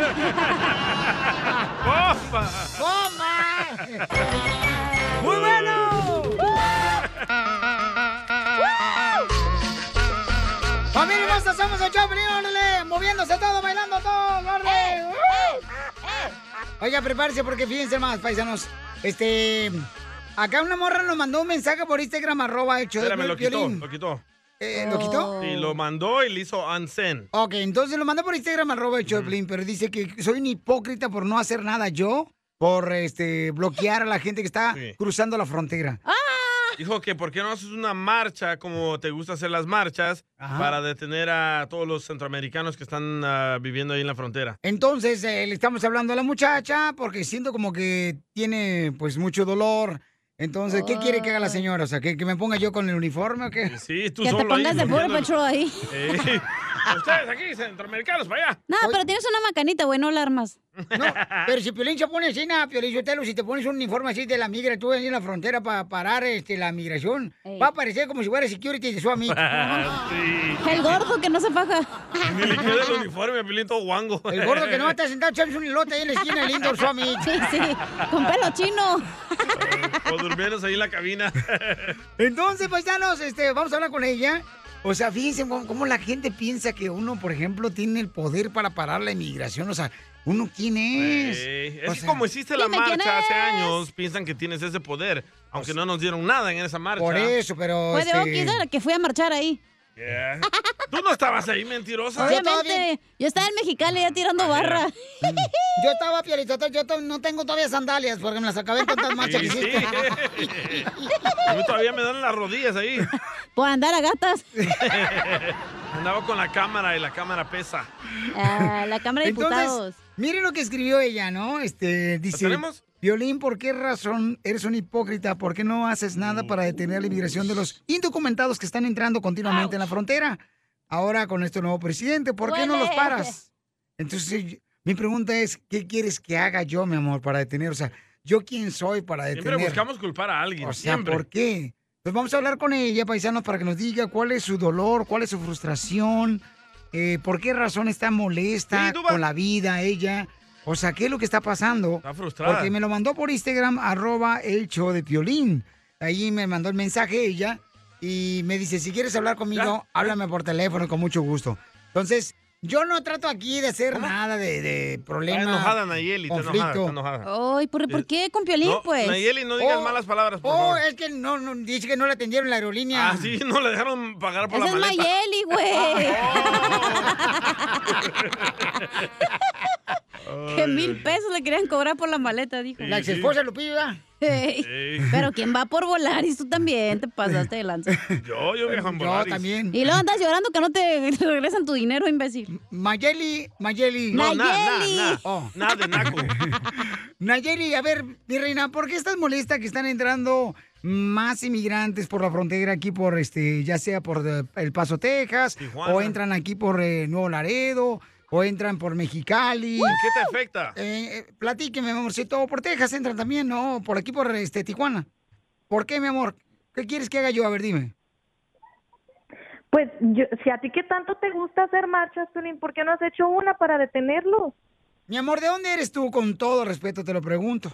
Speaker 1: ¡Bomba! ¡Muy bueno! ¡Familia hermosa, somos el show, de Piolín, órale! Moviéndose todo, bailando todo, órale. Oiga, prepárense porque fíjense más, paisanos. Este. Acá una morra nos mandó un mensaje por Instagram, arroba el show de
Speaker 9: Espérame, lo quitó,
Speaker 1: Piolín.
Speaker 9: lo quitó.
Speaker 1: Eh, ¿Lo quitó?
Speaker 9: Y lo mandó y le hizo Ansen.
Speaker 1: Ok, entonces lo mandó por Instagram al Robert Choplin, pero dice que soy un hipócrita por no hacer nada yo, por este bloquear a la gente que está
Speaker 9: Sí.
Speaker 1: cruzando la frontera.
Speaker 9: Dijo que ¿por qué no haces una marcha como te gusta hacer las marchas para detener a todos los centroamericanos que están ah, viviendo ahí en la frontera?
Speaker 1: Entonces eh, le estamos hablando a la muchacha porque siento como que tiene pues mucho dolor. Entonces, ¿qué quiere que haga la señora? O sea, ¿que, que me ponga yo con el uniforme o qué?
Speaker 9: Ah. Sí, tú Que te solo ahí pongas de pobre poniendo-
Speaker 3: Pecho ahí.
Speaker 9: Eh, ustedes aquí, centroamericanos, para allá.
Speaker 3: No, pero tienes una macanita, güey, no la armas.
Speaker 1: No, pero si Piolín se pone así, nada, Piolín Sotelo, si te pones un uniforme así de la migra, tú ahí en la frontera para parar este, la migración, va a parecer como si fuera security de su amigo.
Speaker 9: sí.
Speaker 3: El gordo que no se faja.
Speaker 9: Ni le queda el uniforme, Pilín, todo guango.
Speaker 1: El gordo que no está sentado, echándose un elote ahí en la esquina del indoor summit.
Speaker 3: Sí, sí, con pelo chino.
Speaker 9: O durmieron ahí en la cabina.
Speaker 1: Entonces, paisanos, este, vamos a hablar con ella. O sea, fíjense cómo, cómo la gente piensa que uno, por ejemplo, tiene el poder para parar la inmigración. O sea, ¿uno quién es?
Speaker 9: Eh,
Speaker 1: O
Speaker 9: es que
Speaker 1: sea,
Speaker 9: como hiciste la
Speaker 1: dime quién
Speaker 9: marcha hace
Speaker 1: es. Pues
Speaker 9: años, piensan que tienes ese poder, aunque no nos dieron nada en esa marcha.
Speaker 1: Por eso, pero...
Speaker 3: Fue de Oquis, ¿no? la que fui a marchar ahí.
Speaker 9: Yeah. Tú no estabas ahí, mentirosa.
Speaker 3: Obviamente, yo estaba en Mexicali ya tirando barra.
Speaker 1: Mm. Yo estaba, Piolín, yo to- no tengo todavía sandalias porque me las acabé en tantas marchas que
Speaker 9: Sí,
Speaker 1: hiciste.
Speaker 9: sí. A mí todavía me dan las rodillas ahí.
Speaker 3: Por andar a gatas.
Speaker 9: Andaba con la cámara y la cámara pesa.
Speaker 3: Ah, la Cámara de Diputados.
Speaker 1: Miren lo que escribió ella, ¿no? Este, dice.
Speaker 9: tenemos?
Speaker 1: Violín, ¿por qué razón eres un hipócrita? ¿Por qué no haces nada para detener la inmigración de los indocumentados que están entrando continuamente en la frontera? Ahora con este nuevo presidente, ¿por qué no los
Speaker 2: Duele.
Speaker 1: paras? Entonces, yo- mi pregunta es, ¿qué quieres que haga yo, mi amor, para detener? O sea, ¿yo quién soy para
Speaker 9: Siempre
Speaker 1: detener?
Speaker 9: buscamos culpar a alguien.
Speaker 1: O sea,
Speaker 9: siempre.
Speaker 1: ¿por qué? Pues vamos a hablar con ella, paisanos, para que nos diga cuál es su dolor, cuál es su frustración, eh, por qué razón está molesta con la vida ella. O sea, ¿qué es lo que está pasando? Está
Speaker 9: frustrada.
Speaker 1: Porque me lo mandó por Instagram, arroba el show de Piolín. Ahí me mandó el mensaje ella y me dice, si quieres hablar conmigo, háblame por teléfono con mucho gusto. Entonces, yo no trato aquí de hacer nada de, de problema.
Speaker 9: Está enojada Nayeli, está enojada, está
Speaker 1: conflicto.
Speaker 9: enojada.
Speaker 3: Ay, ¿por, por qué con Piolín,
Speaker 9: Eh, No,
Speaker 3: pues?
Speaker 9: Nayeli, no digas
Speaker 1: Oh.
Speaker 9: malas palabras, por
Speaker 1: oh,
Speaker 9: favor.
Speaker 1: es que no, no, dice que no la atendieron en la aerolínea.
Speaker 9: Ah, sí, no le dejaron pagar por
Speaker 1: Esa
Speaker 9: la
Speaker 1: es
Speaker 9: maleta.
Speaker 1: Nayeli, güey.
Speaker 3: Que Oh, mil pesos le querían cobrar por la maleta, dijo.
Speaker 1: La Sí, exesposa sí. Lupilla.
Speaker 3: Ey.
Speaker 9: Ey.
Speaker 3: Pero quien va por volar y tú también te pasaste de lanza.
Speaker 9: Yo, yo viajo en Volaris.
Speaker 3: Y luego andas llorando que no te regresan tu dinero, imbécil.
Speaker 1: Mayeli, Mayeli.
Speaker 9: No, nada,
Speaker 1: Nayeli.
Speaker 9: nada, nada.
Speaker 1: Oh.
Speaker 9: Nada de naco.
Speaker 1: Nayeli, a ver, mi reina, ¿por qué estás molesta que están entrando más inmigrantes por la frontera aquí por este, ya sea por eh, El Paso, Texas,
Speaker 9: Tijuana.
Speaker 1: o entran aquí por eh, Nuevo Laredo, o entran por Mexicali?
Speaker 9: ¿En qué te afecta?
Speaker 1: Eh, eh, platíqueme, mi amorcito, por Texas entran también, ¿no? Por aquí por este Tijuana. ¿Por qué, mi amor? ¿Qué quieres que haga yo? A ver, dime.
Speaker 6: Pues yo, si a ti que tanto te gusta hacer marchas, Tulín, ¿por qué no has hecho una para detenerlos?
Speaker 1: Mi amor, ¿de dónde eres tú? Con todo respeto te lo pregunto.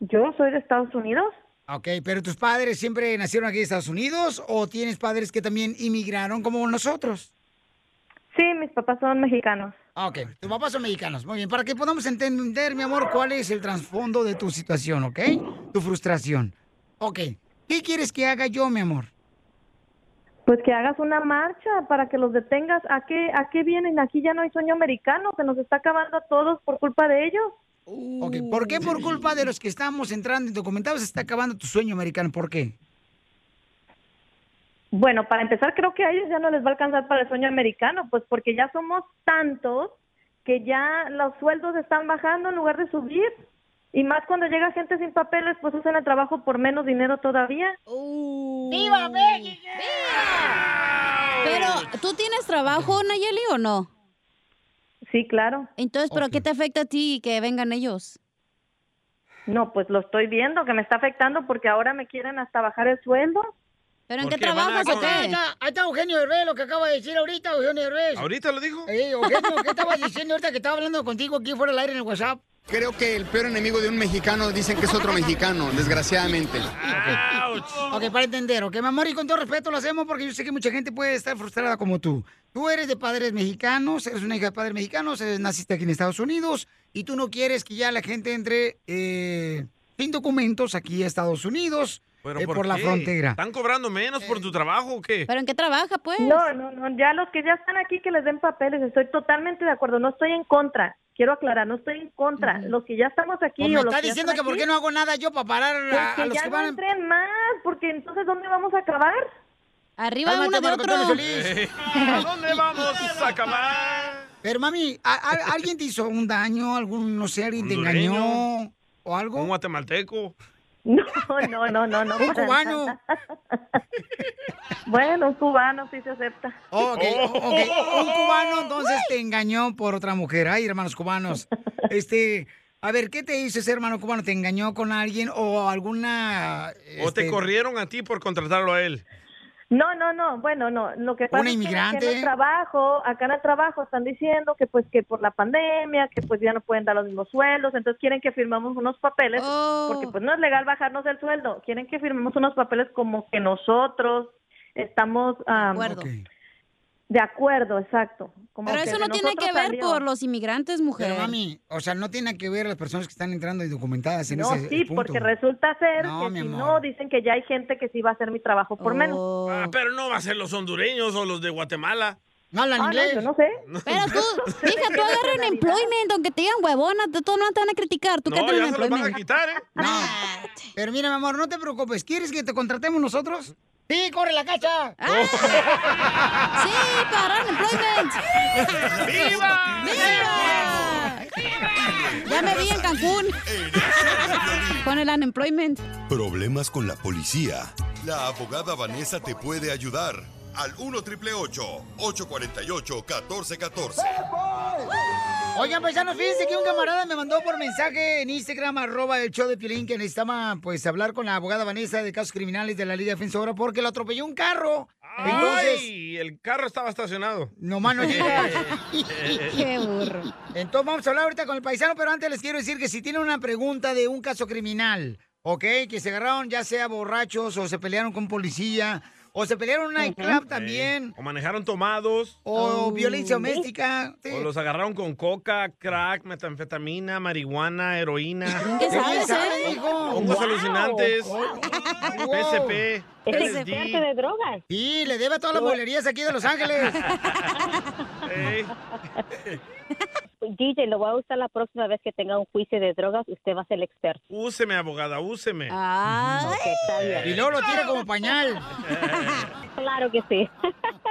Speaker 6: Yo soy de Estados Unidos.
Speaker 1: Ok, pero tus padres siempre nacieron aquí en Estados Unidos o tienes padres que también inmigraron como nosotros?
Speaker 6: Sí, mis papás son mexicanos.
Speaker 1: Ah, Ok, tus papás son mexicanos. Muy bien, para que podamos entender, mi amor, cuál es el trasfondo de tu situación, ¿ok? Tu frustración. Ok, ¿qué quieres que haga yo, mi amor?
Speaker 6: Pues que hagas una marcha para que los detengas. ¿A qué, ¿A qué vienen? Aquí ya no hay sueño americano, se nos está acabando a todos por culpa de ellos.
Speaker 1: Ok, ¿por qué por culpa de los que estamos entrando indocumentados se está acabando tu sueño americano? ¿Por qué?
Speaker 6: Bueno, para empezar, creo que a ellos ya no les va a alcanzar para el sueño americano, pues porque ya somos tantos que ya los sueldos están bajando en lugar de subir. Y más cuando llega gente sin papeles, pues hacen el trabajo por menos dinero todavía.
Speaker 1: Uh.
Speaker 3: ¡Viva México! Pero, ¿tú tienes trabajo, Nayeli, o no?
Speaker 6: Sí, claro.
Speaker 3: Entonces, ¿pero qué te afecta a ti que vengan ellos?
Speaker 6: No, pues lo estoy viendo, que me está afectando porque ahora me quieren hasta bajar el sueldo.
Speaker 3: ¿Pero
Speaker 1: en qué trabajas o qué? Ahí está, ahí está Eugenio Herbé, lo que acaba de decir ahorita, Eugenio Herbé.
Speaker 9: ¿Ahorita lo dijo?
Speaker 1: Eh, Eugenio, ¿qué estabas diciendo ahorita que estaba hablando contigo aquí fuera del aire en el WhatsApp?
Speaker 7: Creo que el peor enemigo de un mexicano dicen que es otro mexicano, desgraciadamente.
Speaker 1: Ok, para entender, ok, mi amor, y con todo respeto lo hacemos porque yo sé que mucha gente puede estar frustrada como tú. Tú eres de padres mexicanos, eres una hija de padres mexicanos, eres- naciste aquí en Estados Unidos y tú no quieres que ya la gente entre eh, sin documentos aquí a Estados Unidos
Speaker 9: Pero
Speaker 1: Es por la frontera. Eh,
Speaker 9: ¿Están cobrando menos por tu trabajo o qué?
Speaker 3: ¿Pero en qué trabaja, pues?
Speaker 6: No, no, no. Ya los que ya están aquí que les den papeles. Estoy totalmente de acuerdo. No estoy en contra. Quiero aclarar, no estoy en contra. Los que ya estamos aquí.
Speaker 1: Pues me
Speaker 6: o los
Speaker 1: está
Speaker 6: que ya
Speaker 1: diciendo que
Speaker 6: están
Speaker 1: por
Speaker 6: aquí,
Speaker 1: qué no hago nada yo para parar
Speaker 6: pues
Speaker 1: a,
Speaker 6: que
Speaker 1: a los
Speaker 6: ya
Speaker 1: que
Speaker 6: no
Speaker 1: van.
Speaker 6: entren más, porque entonces ¿dónde vamos a acabar?
Speaker 3: Arriba
Speaker 1: Cálmate,
Speaker 6: uno de
Speaker 1: Marco
Speaker 6: otro.
Speaker 1: Antonio Solís.
Speaker 9: ¿A dónde vamos a acabar?
Speaker 1: Pero mami, ¿a- a- ¿alguien te hizo un daño? ¿Algún, no sé, alguien te
Speaker 9: Hondureño.
Speaker 1: engañó? ¿O algo?
Speaker 9: ¿Un guatemalteco?
Speaker 6: No, no, no, no, no.
Speaker 1: Un
Speaker 6: para
Speaker 1: cubano.
Speaker 6: nada. bueno, un cubano sí se acepta.
Speaker 1: Oh, ok, ok. Un cubano entonces te engañó por otra mujer. Ay, hermanos cubanos. Este, a ver, ¿qué te hizo ese hermano cubano? ¿Te engañó con alguien o alguna...
Speaker 9: ¿O te
Speaker 1: este,
Speaker 9: corrieron a ti por contratarlo a él?
Speaker 6: No, no, no, bueno, no, lo que pasa
Speaker 9: ¿Una
Speaker 6: es que acá en
Speaker 9: inmigrante?
Speaker 6: el trabajo, acá en el trabajo están diciendo que pues que por la pandemia, que pues ya no pueden dar los mismos sueldos, entonces quieren que firmamos unos papeles, porque pues no es legal bajarnos el sueldo, quieren que firmemos unos papeles como que nosotros estamos am, de acuerdo, exacto. Como
Speaker 3: Pero
Speaker 6: que
Speaker 3: eso no
Speaker 6: de
Speaker 3: tiene que
Speaker 6: nosotros
Speaker 3: ver
Speaker 6: salió.
Speaker 3: por los inmigrantes, mujer.
Speaker 1: Pero mami, o sea, no tiene que ver las personas que están entrando indocumentadas en
Speaker 6: No,
Speaker 1: ese
Speaker 6: sí,
Speaker 1: punto.
Speaker 6: porque resulta ser
Speaker 1: No,
Speaker 6: que
Speaker 1: mi
Speaker 6: si
Speaker 1: amor.
Speaker 6: no, dicen que ya hay gente que sí va a hacer mi trabajo por menos.
Speaker 9: Ah,
Speaker 3: Oh.
Speaker 9: pero no va a ser los hondureños o los de Guatemala.
Speaker 1: No
Speaker 6: Ah, no, yo no sé.
Speaker 3: Pero tú, hija, tú agarra un employment, aunque te digan huevona, tú tú no te van a criticar, tú cántale un employment.
Speaker 9: quitar, ¿eh?
Speaker 1: No. Pero mira, mi amor, no te preocupes. ¿Quieres que te contratemos nosotros? Sí, corre la cacha.
Speaker 3: sí, para unemployment.
Speaker 2: ¡Viva!
Speaker 3: Ya me vi en Cancún. Con el unemployment.
Speaker 11: Problemas con la policía. La abogada Vanessa te puede ayudar. Al 1 triple 848 1414.
Speaker 1: Oigan, paisanos, fíjense que un camarada me mandó por mensaje en Instagram, arroba el show de Piolín, que necesitaba, pues, hablar con la abogada Vanessa de casos criminales de la Liga Defensora porque lo atropelló un carro. Entonces,
Speaker 9: ¡Ay! El carro estaba estacionado. Eh,
Speaker 1: nomás no digas.
Speaker 9: Qué
Speaker 3: burro.
Speaker 1: Entonces, vamos a hablar ahorita con el paisano, pero antes les quiero decir que si tienen una pregunta de un caso criminal, ¿ok? Que se agarraron ya sea borrachos o se pelearon con policía o se pelearon en un nightclub también.
Speaker 9: O manejaron tomados.
Speaker 1: O violencia doméstica. sí.
Speaker 9: O los agarraron con coca, crack, metanfetamina, marihuana, heroína.
Speaker 1: ¿Qué sabes, eh, hijo?
Speaker 9: Hongos
Speaker 1: Wow.
Speaker 9: alucinantes.
Speaker 1: Oh,
Speaker 9: PSP. LSD.
Speaker 1: drogas. Y le debe a todas las
Speaker 9: Yo-
Speaker 1: bolerías aquí de Los Ángeles.
Speaker 8: DJ, lo voy a usar la próxima vez que tenga un juicio de drogas, usted va a ser el experto.
Speaker 9: Úseme, abogada, úseme. Ah.
Speaker 1: Y luego lo tira como pañal.
Speaker 8: Claro que sí.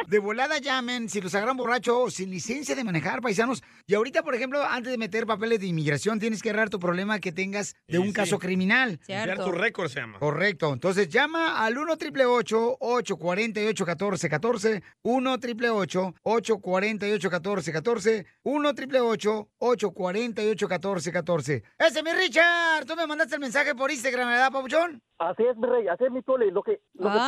Speaker 1: De volada llamen si los agarran borracho o sin licencia de manejar, paisanos. Y ahorita, por ejemplo, antes de meter papeles de inmigración, tienes que agarrar tu problema que tengas de un caso criminal.
Speaker 9: Limpiar tu récord se llama.
Speaker 1: Correcto. Entonces llama al 1 888 848 1414 1 888 848 1414 1 888 848 1414 ¡Ese es mi Richard! Tú me mandaste el mensaje por Instagram, ¿verdad, Papuchón?
Speaker 20: Así es, mi rey, así es mi poli, lo que... Lo que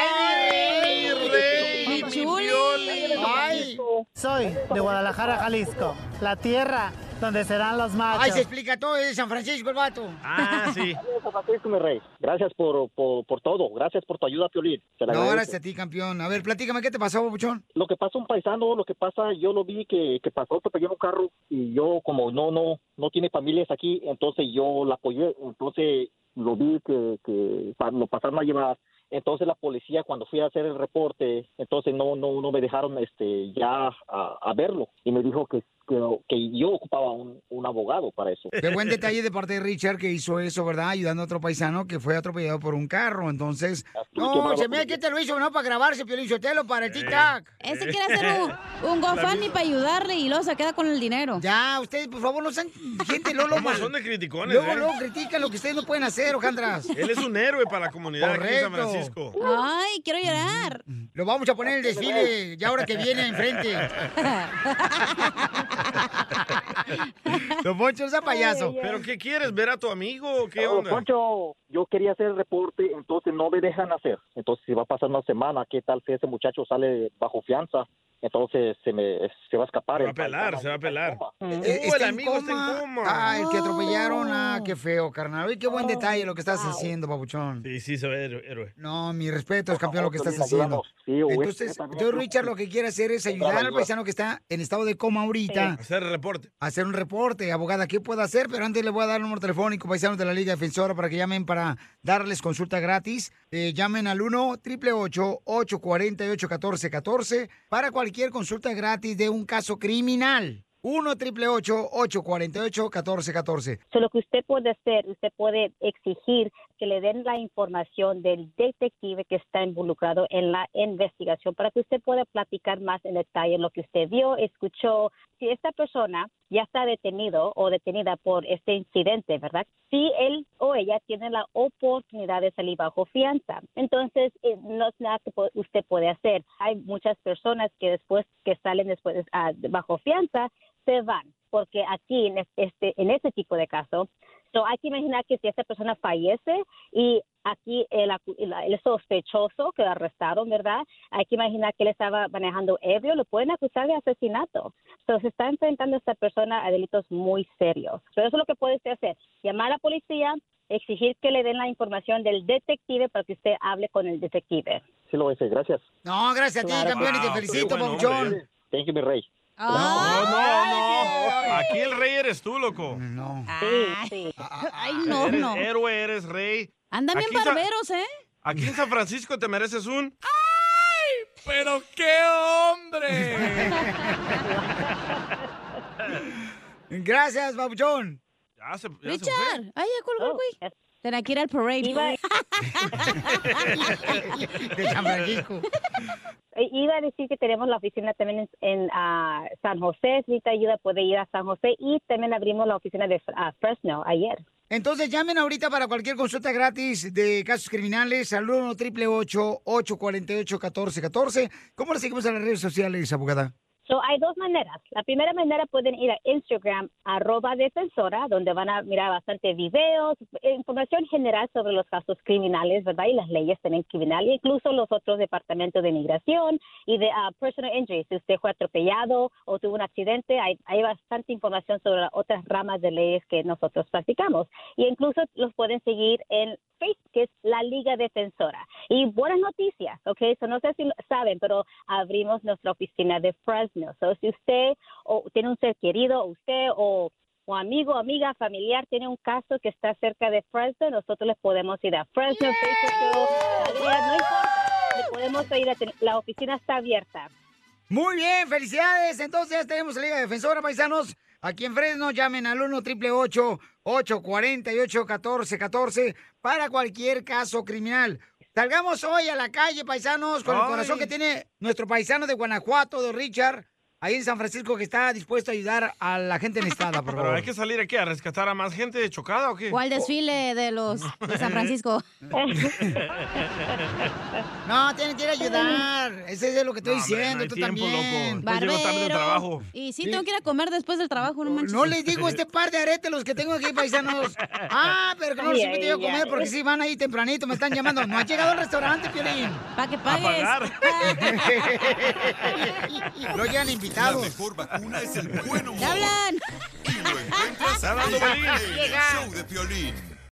Speaker 1: ¡Ay, mi
Speaker 2: rey, mi Pioli!
Speaker 1: ¡Ay!
Speaker 10: Soy de Guadalajara, Jalisco, la tierra donde serán los machos.
Speaker 1: ¡Ay, se explica todo! Es de San Francisco el vato.
Speaker 9: Ah, sí.
Speaker 10: Francisco,
Speaker 20: mi rey. Gracias por, por, por todo. Gracias por tu ayuda, Piolín. Te la
Speaker 1: No,
Speaker 20: agradezco.
Speaker 1: gracias a ti, campeón. A ver, platícame, ¿qué te pasó, Papuchón?
Speaker 20: Lo que pasa un paisano, lo que pasa, yo lo vi que, que pasó, atropelló en un carro y yo como no, no, no tiene familias aquí, entonces yo la apoyé, entonces lo vi que, que pa- lo pasaron a llevar. Entonces la policía cuando fui a hacer el reporte, entonces no, no, no me dejaron este ya a, a verlo y me dijo que, que, que yo ocupaba un, un abogado para eso.
Speaker 1: Qué buen detalle de parte de Richard que hizo eso, ¿verdad? Ayudando a otro paisano que fue atropellado por un carro. Entonces,
Speaker 9: Ah,
Speaker 1: no,
Speaker 10: bravo,
Speaker 1: se me que te lo hizo, ¿no? Para grabarse, Piolín Sotelo, para el tic-tac.
Speaker 3: Ese quiere hacer un, un GoFundMe para ayudarle y luego se queda con el dinero.
Speaker 1: Ya, ustedes, por favor, no sean gente lolo
Speaker 9: ¿Cómo son de criticones,
Speaker 1: Luego,
Speaker 9: eh?
Speaker 1: luego critican lo que ustedes no pueden hacer, Ojandras.
Speaker 9: Él es un héroe para la comunidad aquí en San
Speaker 1: Correcto.
Speaker 9: Francisco.
Speaker 3: Ay, quiero llorar.
Speaker 1: Lo vamos a poner en el desfile, ya ahora que viene enfrente. Don Poncho, no sea payaso.
Speaker 9: ¿Pero qué quieres? ¿Ver a tu amigo o qué
Speaker 20: Oh,
Speaker 9: onda?
Speaker 20: Poncho, yo quería hacer el reporte, entonces no me dejan hacer. Entonces, si va a pasar una semana, ¿qué tal si ese muchacho sale bajo fianza?
Speaker 13: Entonces se me se va a escapar.
Speaker 9: Va a pelar, se va a pelar.
Speaker 1: Eh,
Speaker 9: Uh, el amigo está en coma. Oh,
Speaker 1: Ah, el que atropellaron. Ah, qué feo, carnal. Ay, qué buen detalle lo que estás haciendo, babuchón.
Speaker 9: Sí, sí, se ve héroe. héroe.
Speaker 1: No, mi respeto, es campeón, lo que estás
Speaker 9: Piolín,
Speaker 1: haciendo.
Speaker 9: ayúdanos. Sí, güey.
Speaker 1: Entonces, yo, Richard, lo que quiere hacer es ayudar
Speaker 9: Bravo,
Speaker 1: al
Speaker 9: ayuda.
Speaker 1: paisano que está en estado de coma ahorita.
Speaker 9: Hacer reporte.
Speaker 1: Hacer un reporte, abogada, ¿qué puedo hacer? Pero antes le voy a dar el número telefónico, paisanos de la Liga Defensora, para que llamen para darles consulta gratis. Eh, llamen al 1 888 848 1414 para cualquier consulta gratis de un caso criminal. 1 888 848 1414
Speaker 8: So, lo que usted puede hacer, usted puede exigir que le den la información del detective que está involucrado en la investigación para que usted pueda platicar más en detalle lo que usted vio, escuchó. Si esta persona ya está detenido o detenida por este incidente, ¿verdad? Si él o ella tiene la oportunidad de salir bajo fianza, entonces eh, no es nada que po- usted puede hacer. Hay muchas personas que después que salen después ah, bajo fianza se van, porque aquí en este, en este tipo de caso, so hay que imaginar que si esta persona fallece y aquí el, acu- el- el sospechoso que lo arrestaron, ¿verdad? Hay que imaginar que él estaba manejando ebrio, lo pueden acusar de asesinato. Entonces se está enfrentando esta persona a delitos muy serios. Pero eso es lo que puede usted hacer, llamar a la policía, exigir que le den la información del detective para que usted hable con el detective.
Speaker 13: Sí lo voy a hacer, gracias.
Speaker 1: No, gracias a ti,
Speaker 13: Claro.
Speaker 1: campeón, y te
Speaker 13: Wow, qué
Speaker 1: felicito,
Speaker 13: buen
Speaker 1: Pabuchón.
Speaker 13: hombre. ¿eh? Thank you, mi rey.
Speaker 9: No, no, no. Aquí el rey eres tú, loco.
Speaker 1: No.
Speaker 3: Ay, no,
Speaker 9: eres
Speaker 3: no.
Speaker 9: héroe, eres rey.
Speaker 3: Andan bien
Speaker 9: Aquí en Sa-
Speaker 3: barberos, ¿eh?
Speaker 9: Aquí en San Francisco te mereces un...
Speaker 2: Pero qué hombre.
Speaker 1: Gracias, Babuchón.
Speaker 9: Ya Ah, se, Oh. ya se
Speaker 3: Richard, ay, ya colgó el güey. Tendrá que ir al parade.
Speaker 1: De San Francisco.
Speaker 8: Eh, Iba a decir que tenemos la oficina también en, en, ah, San José. Si te ayuda, puede ir a San José. Y también abrimos la oficina de ah, Fresno ayer.
Speaker 1: Entonces llamen ahorita para cualquier consulta gratis de casos criminales al 1 888 848 1414 ¿Cómo le seguimos en las redes sociales, abogada?
Speaker 8: So, hay dos maneras. La primera manera pueden ir a Instagram, arroba defensora, donde van a mirar bastante videos, eh, información general sobre los casos criminales, ¿verdad? Y las leyes también criminales, incluso los otros departamentos de inmigración y de ah, personal injury. Si usted fue atropellado o tuvo un accidente, hay, hay bastante información sobre las otras ramas de leyes que nosotros practicamos. Y incluso los pueden seguir en Facebook, que es la Liga Defensora. Y buenas noticias, ¿ok? So, no sé si lo saben, pero abrimos nuestra oficina de Fresno. So, si usted o tiene un ser querido, o usted o, o amigo, amiga, familiar, tiene un caso que está cerca de Fresno, nosotros les podemos ir a Fresno, Bakersfield, Galera, no importa, le podemos ir a ten- la oficina está abierta.
Speaker 1: Muy bien, felicidades. Entonces tenemos la Liga Defensora, paisanos. Aquí en Fresno llamen al 1 888 848 1414 para cualquier caso criminal. Salgamos hoy a la calle, paisanos, con el
Speaker 2: Ay.
Speaker 1: corazón que tiene nuestro paisano de Guanajuato, de Richard, ahí en San Francisco, que está dispuesto a ayudar a la gente en estada, por
Speaker 9: Pero
Speaker 1: favor. Oh,
Speaker 9: hay que salir aquí a rescatar a más gente de chocada o qué?
Speaker 3: O al desfile de los de San Francisco.
Speaker 9: É.
Speaker 1: No, tienen que ir a ayudar. Ese es lo que estoy
Speaker 9: No, hombre,
Speaker 1: diciendo,
Speaker 9: no hay
Speaker 1: tú
Speaker 9: tiempo,
Speaker 1: también.
Speaker 9: loco. Después llego tarde del trabajo. Oh,
Speaker 3: Y sí, tengo que ir a comer después del trabajo, no manches.
Speaker 1: No les digo este par de aretes los que tengo aquí, paisanos. Ah, pero que no los
Speaker 3: Ay,
Speaker 1: invito yo a
Speaker 3: ay,
Speaker 1: comer
Speaker 3: ay.
Speaker 1: porque si van ahí tempranito, me están llamando. No ha llegado al restaurante, Piolín.
Speaker 3: Para que Ah.
Speaker 1: pagues. no llegan invitados.
Speaker 11: La mejor vacuna es el buen humor.
Speaker 3: hablan?
Speaker 11: Y lo encuentras
Speaker 2: Está hablando
Speaker 11: en
Speaker 2: Piolín.
Speaker 11: el show de Piolín.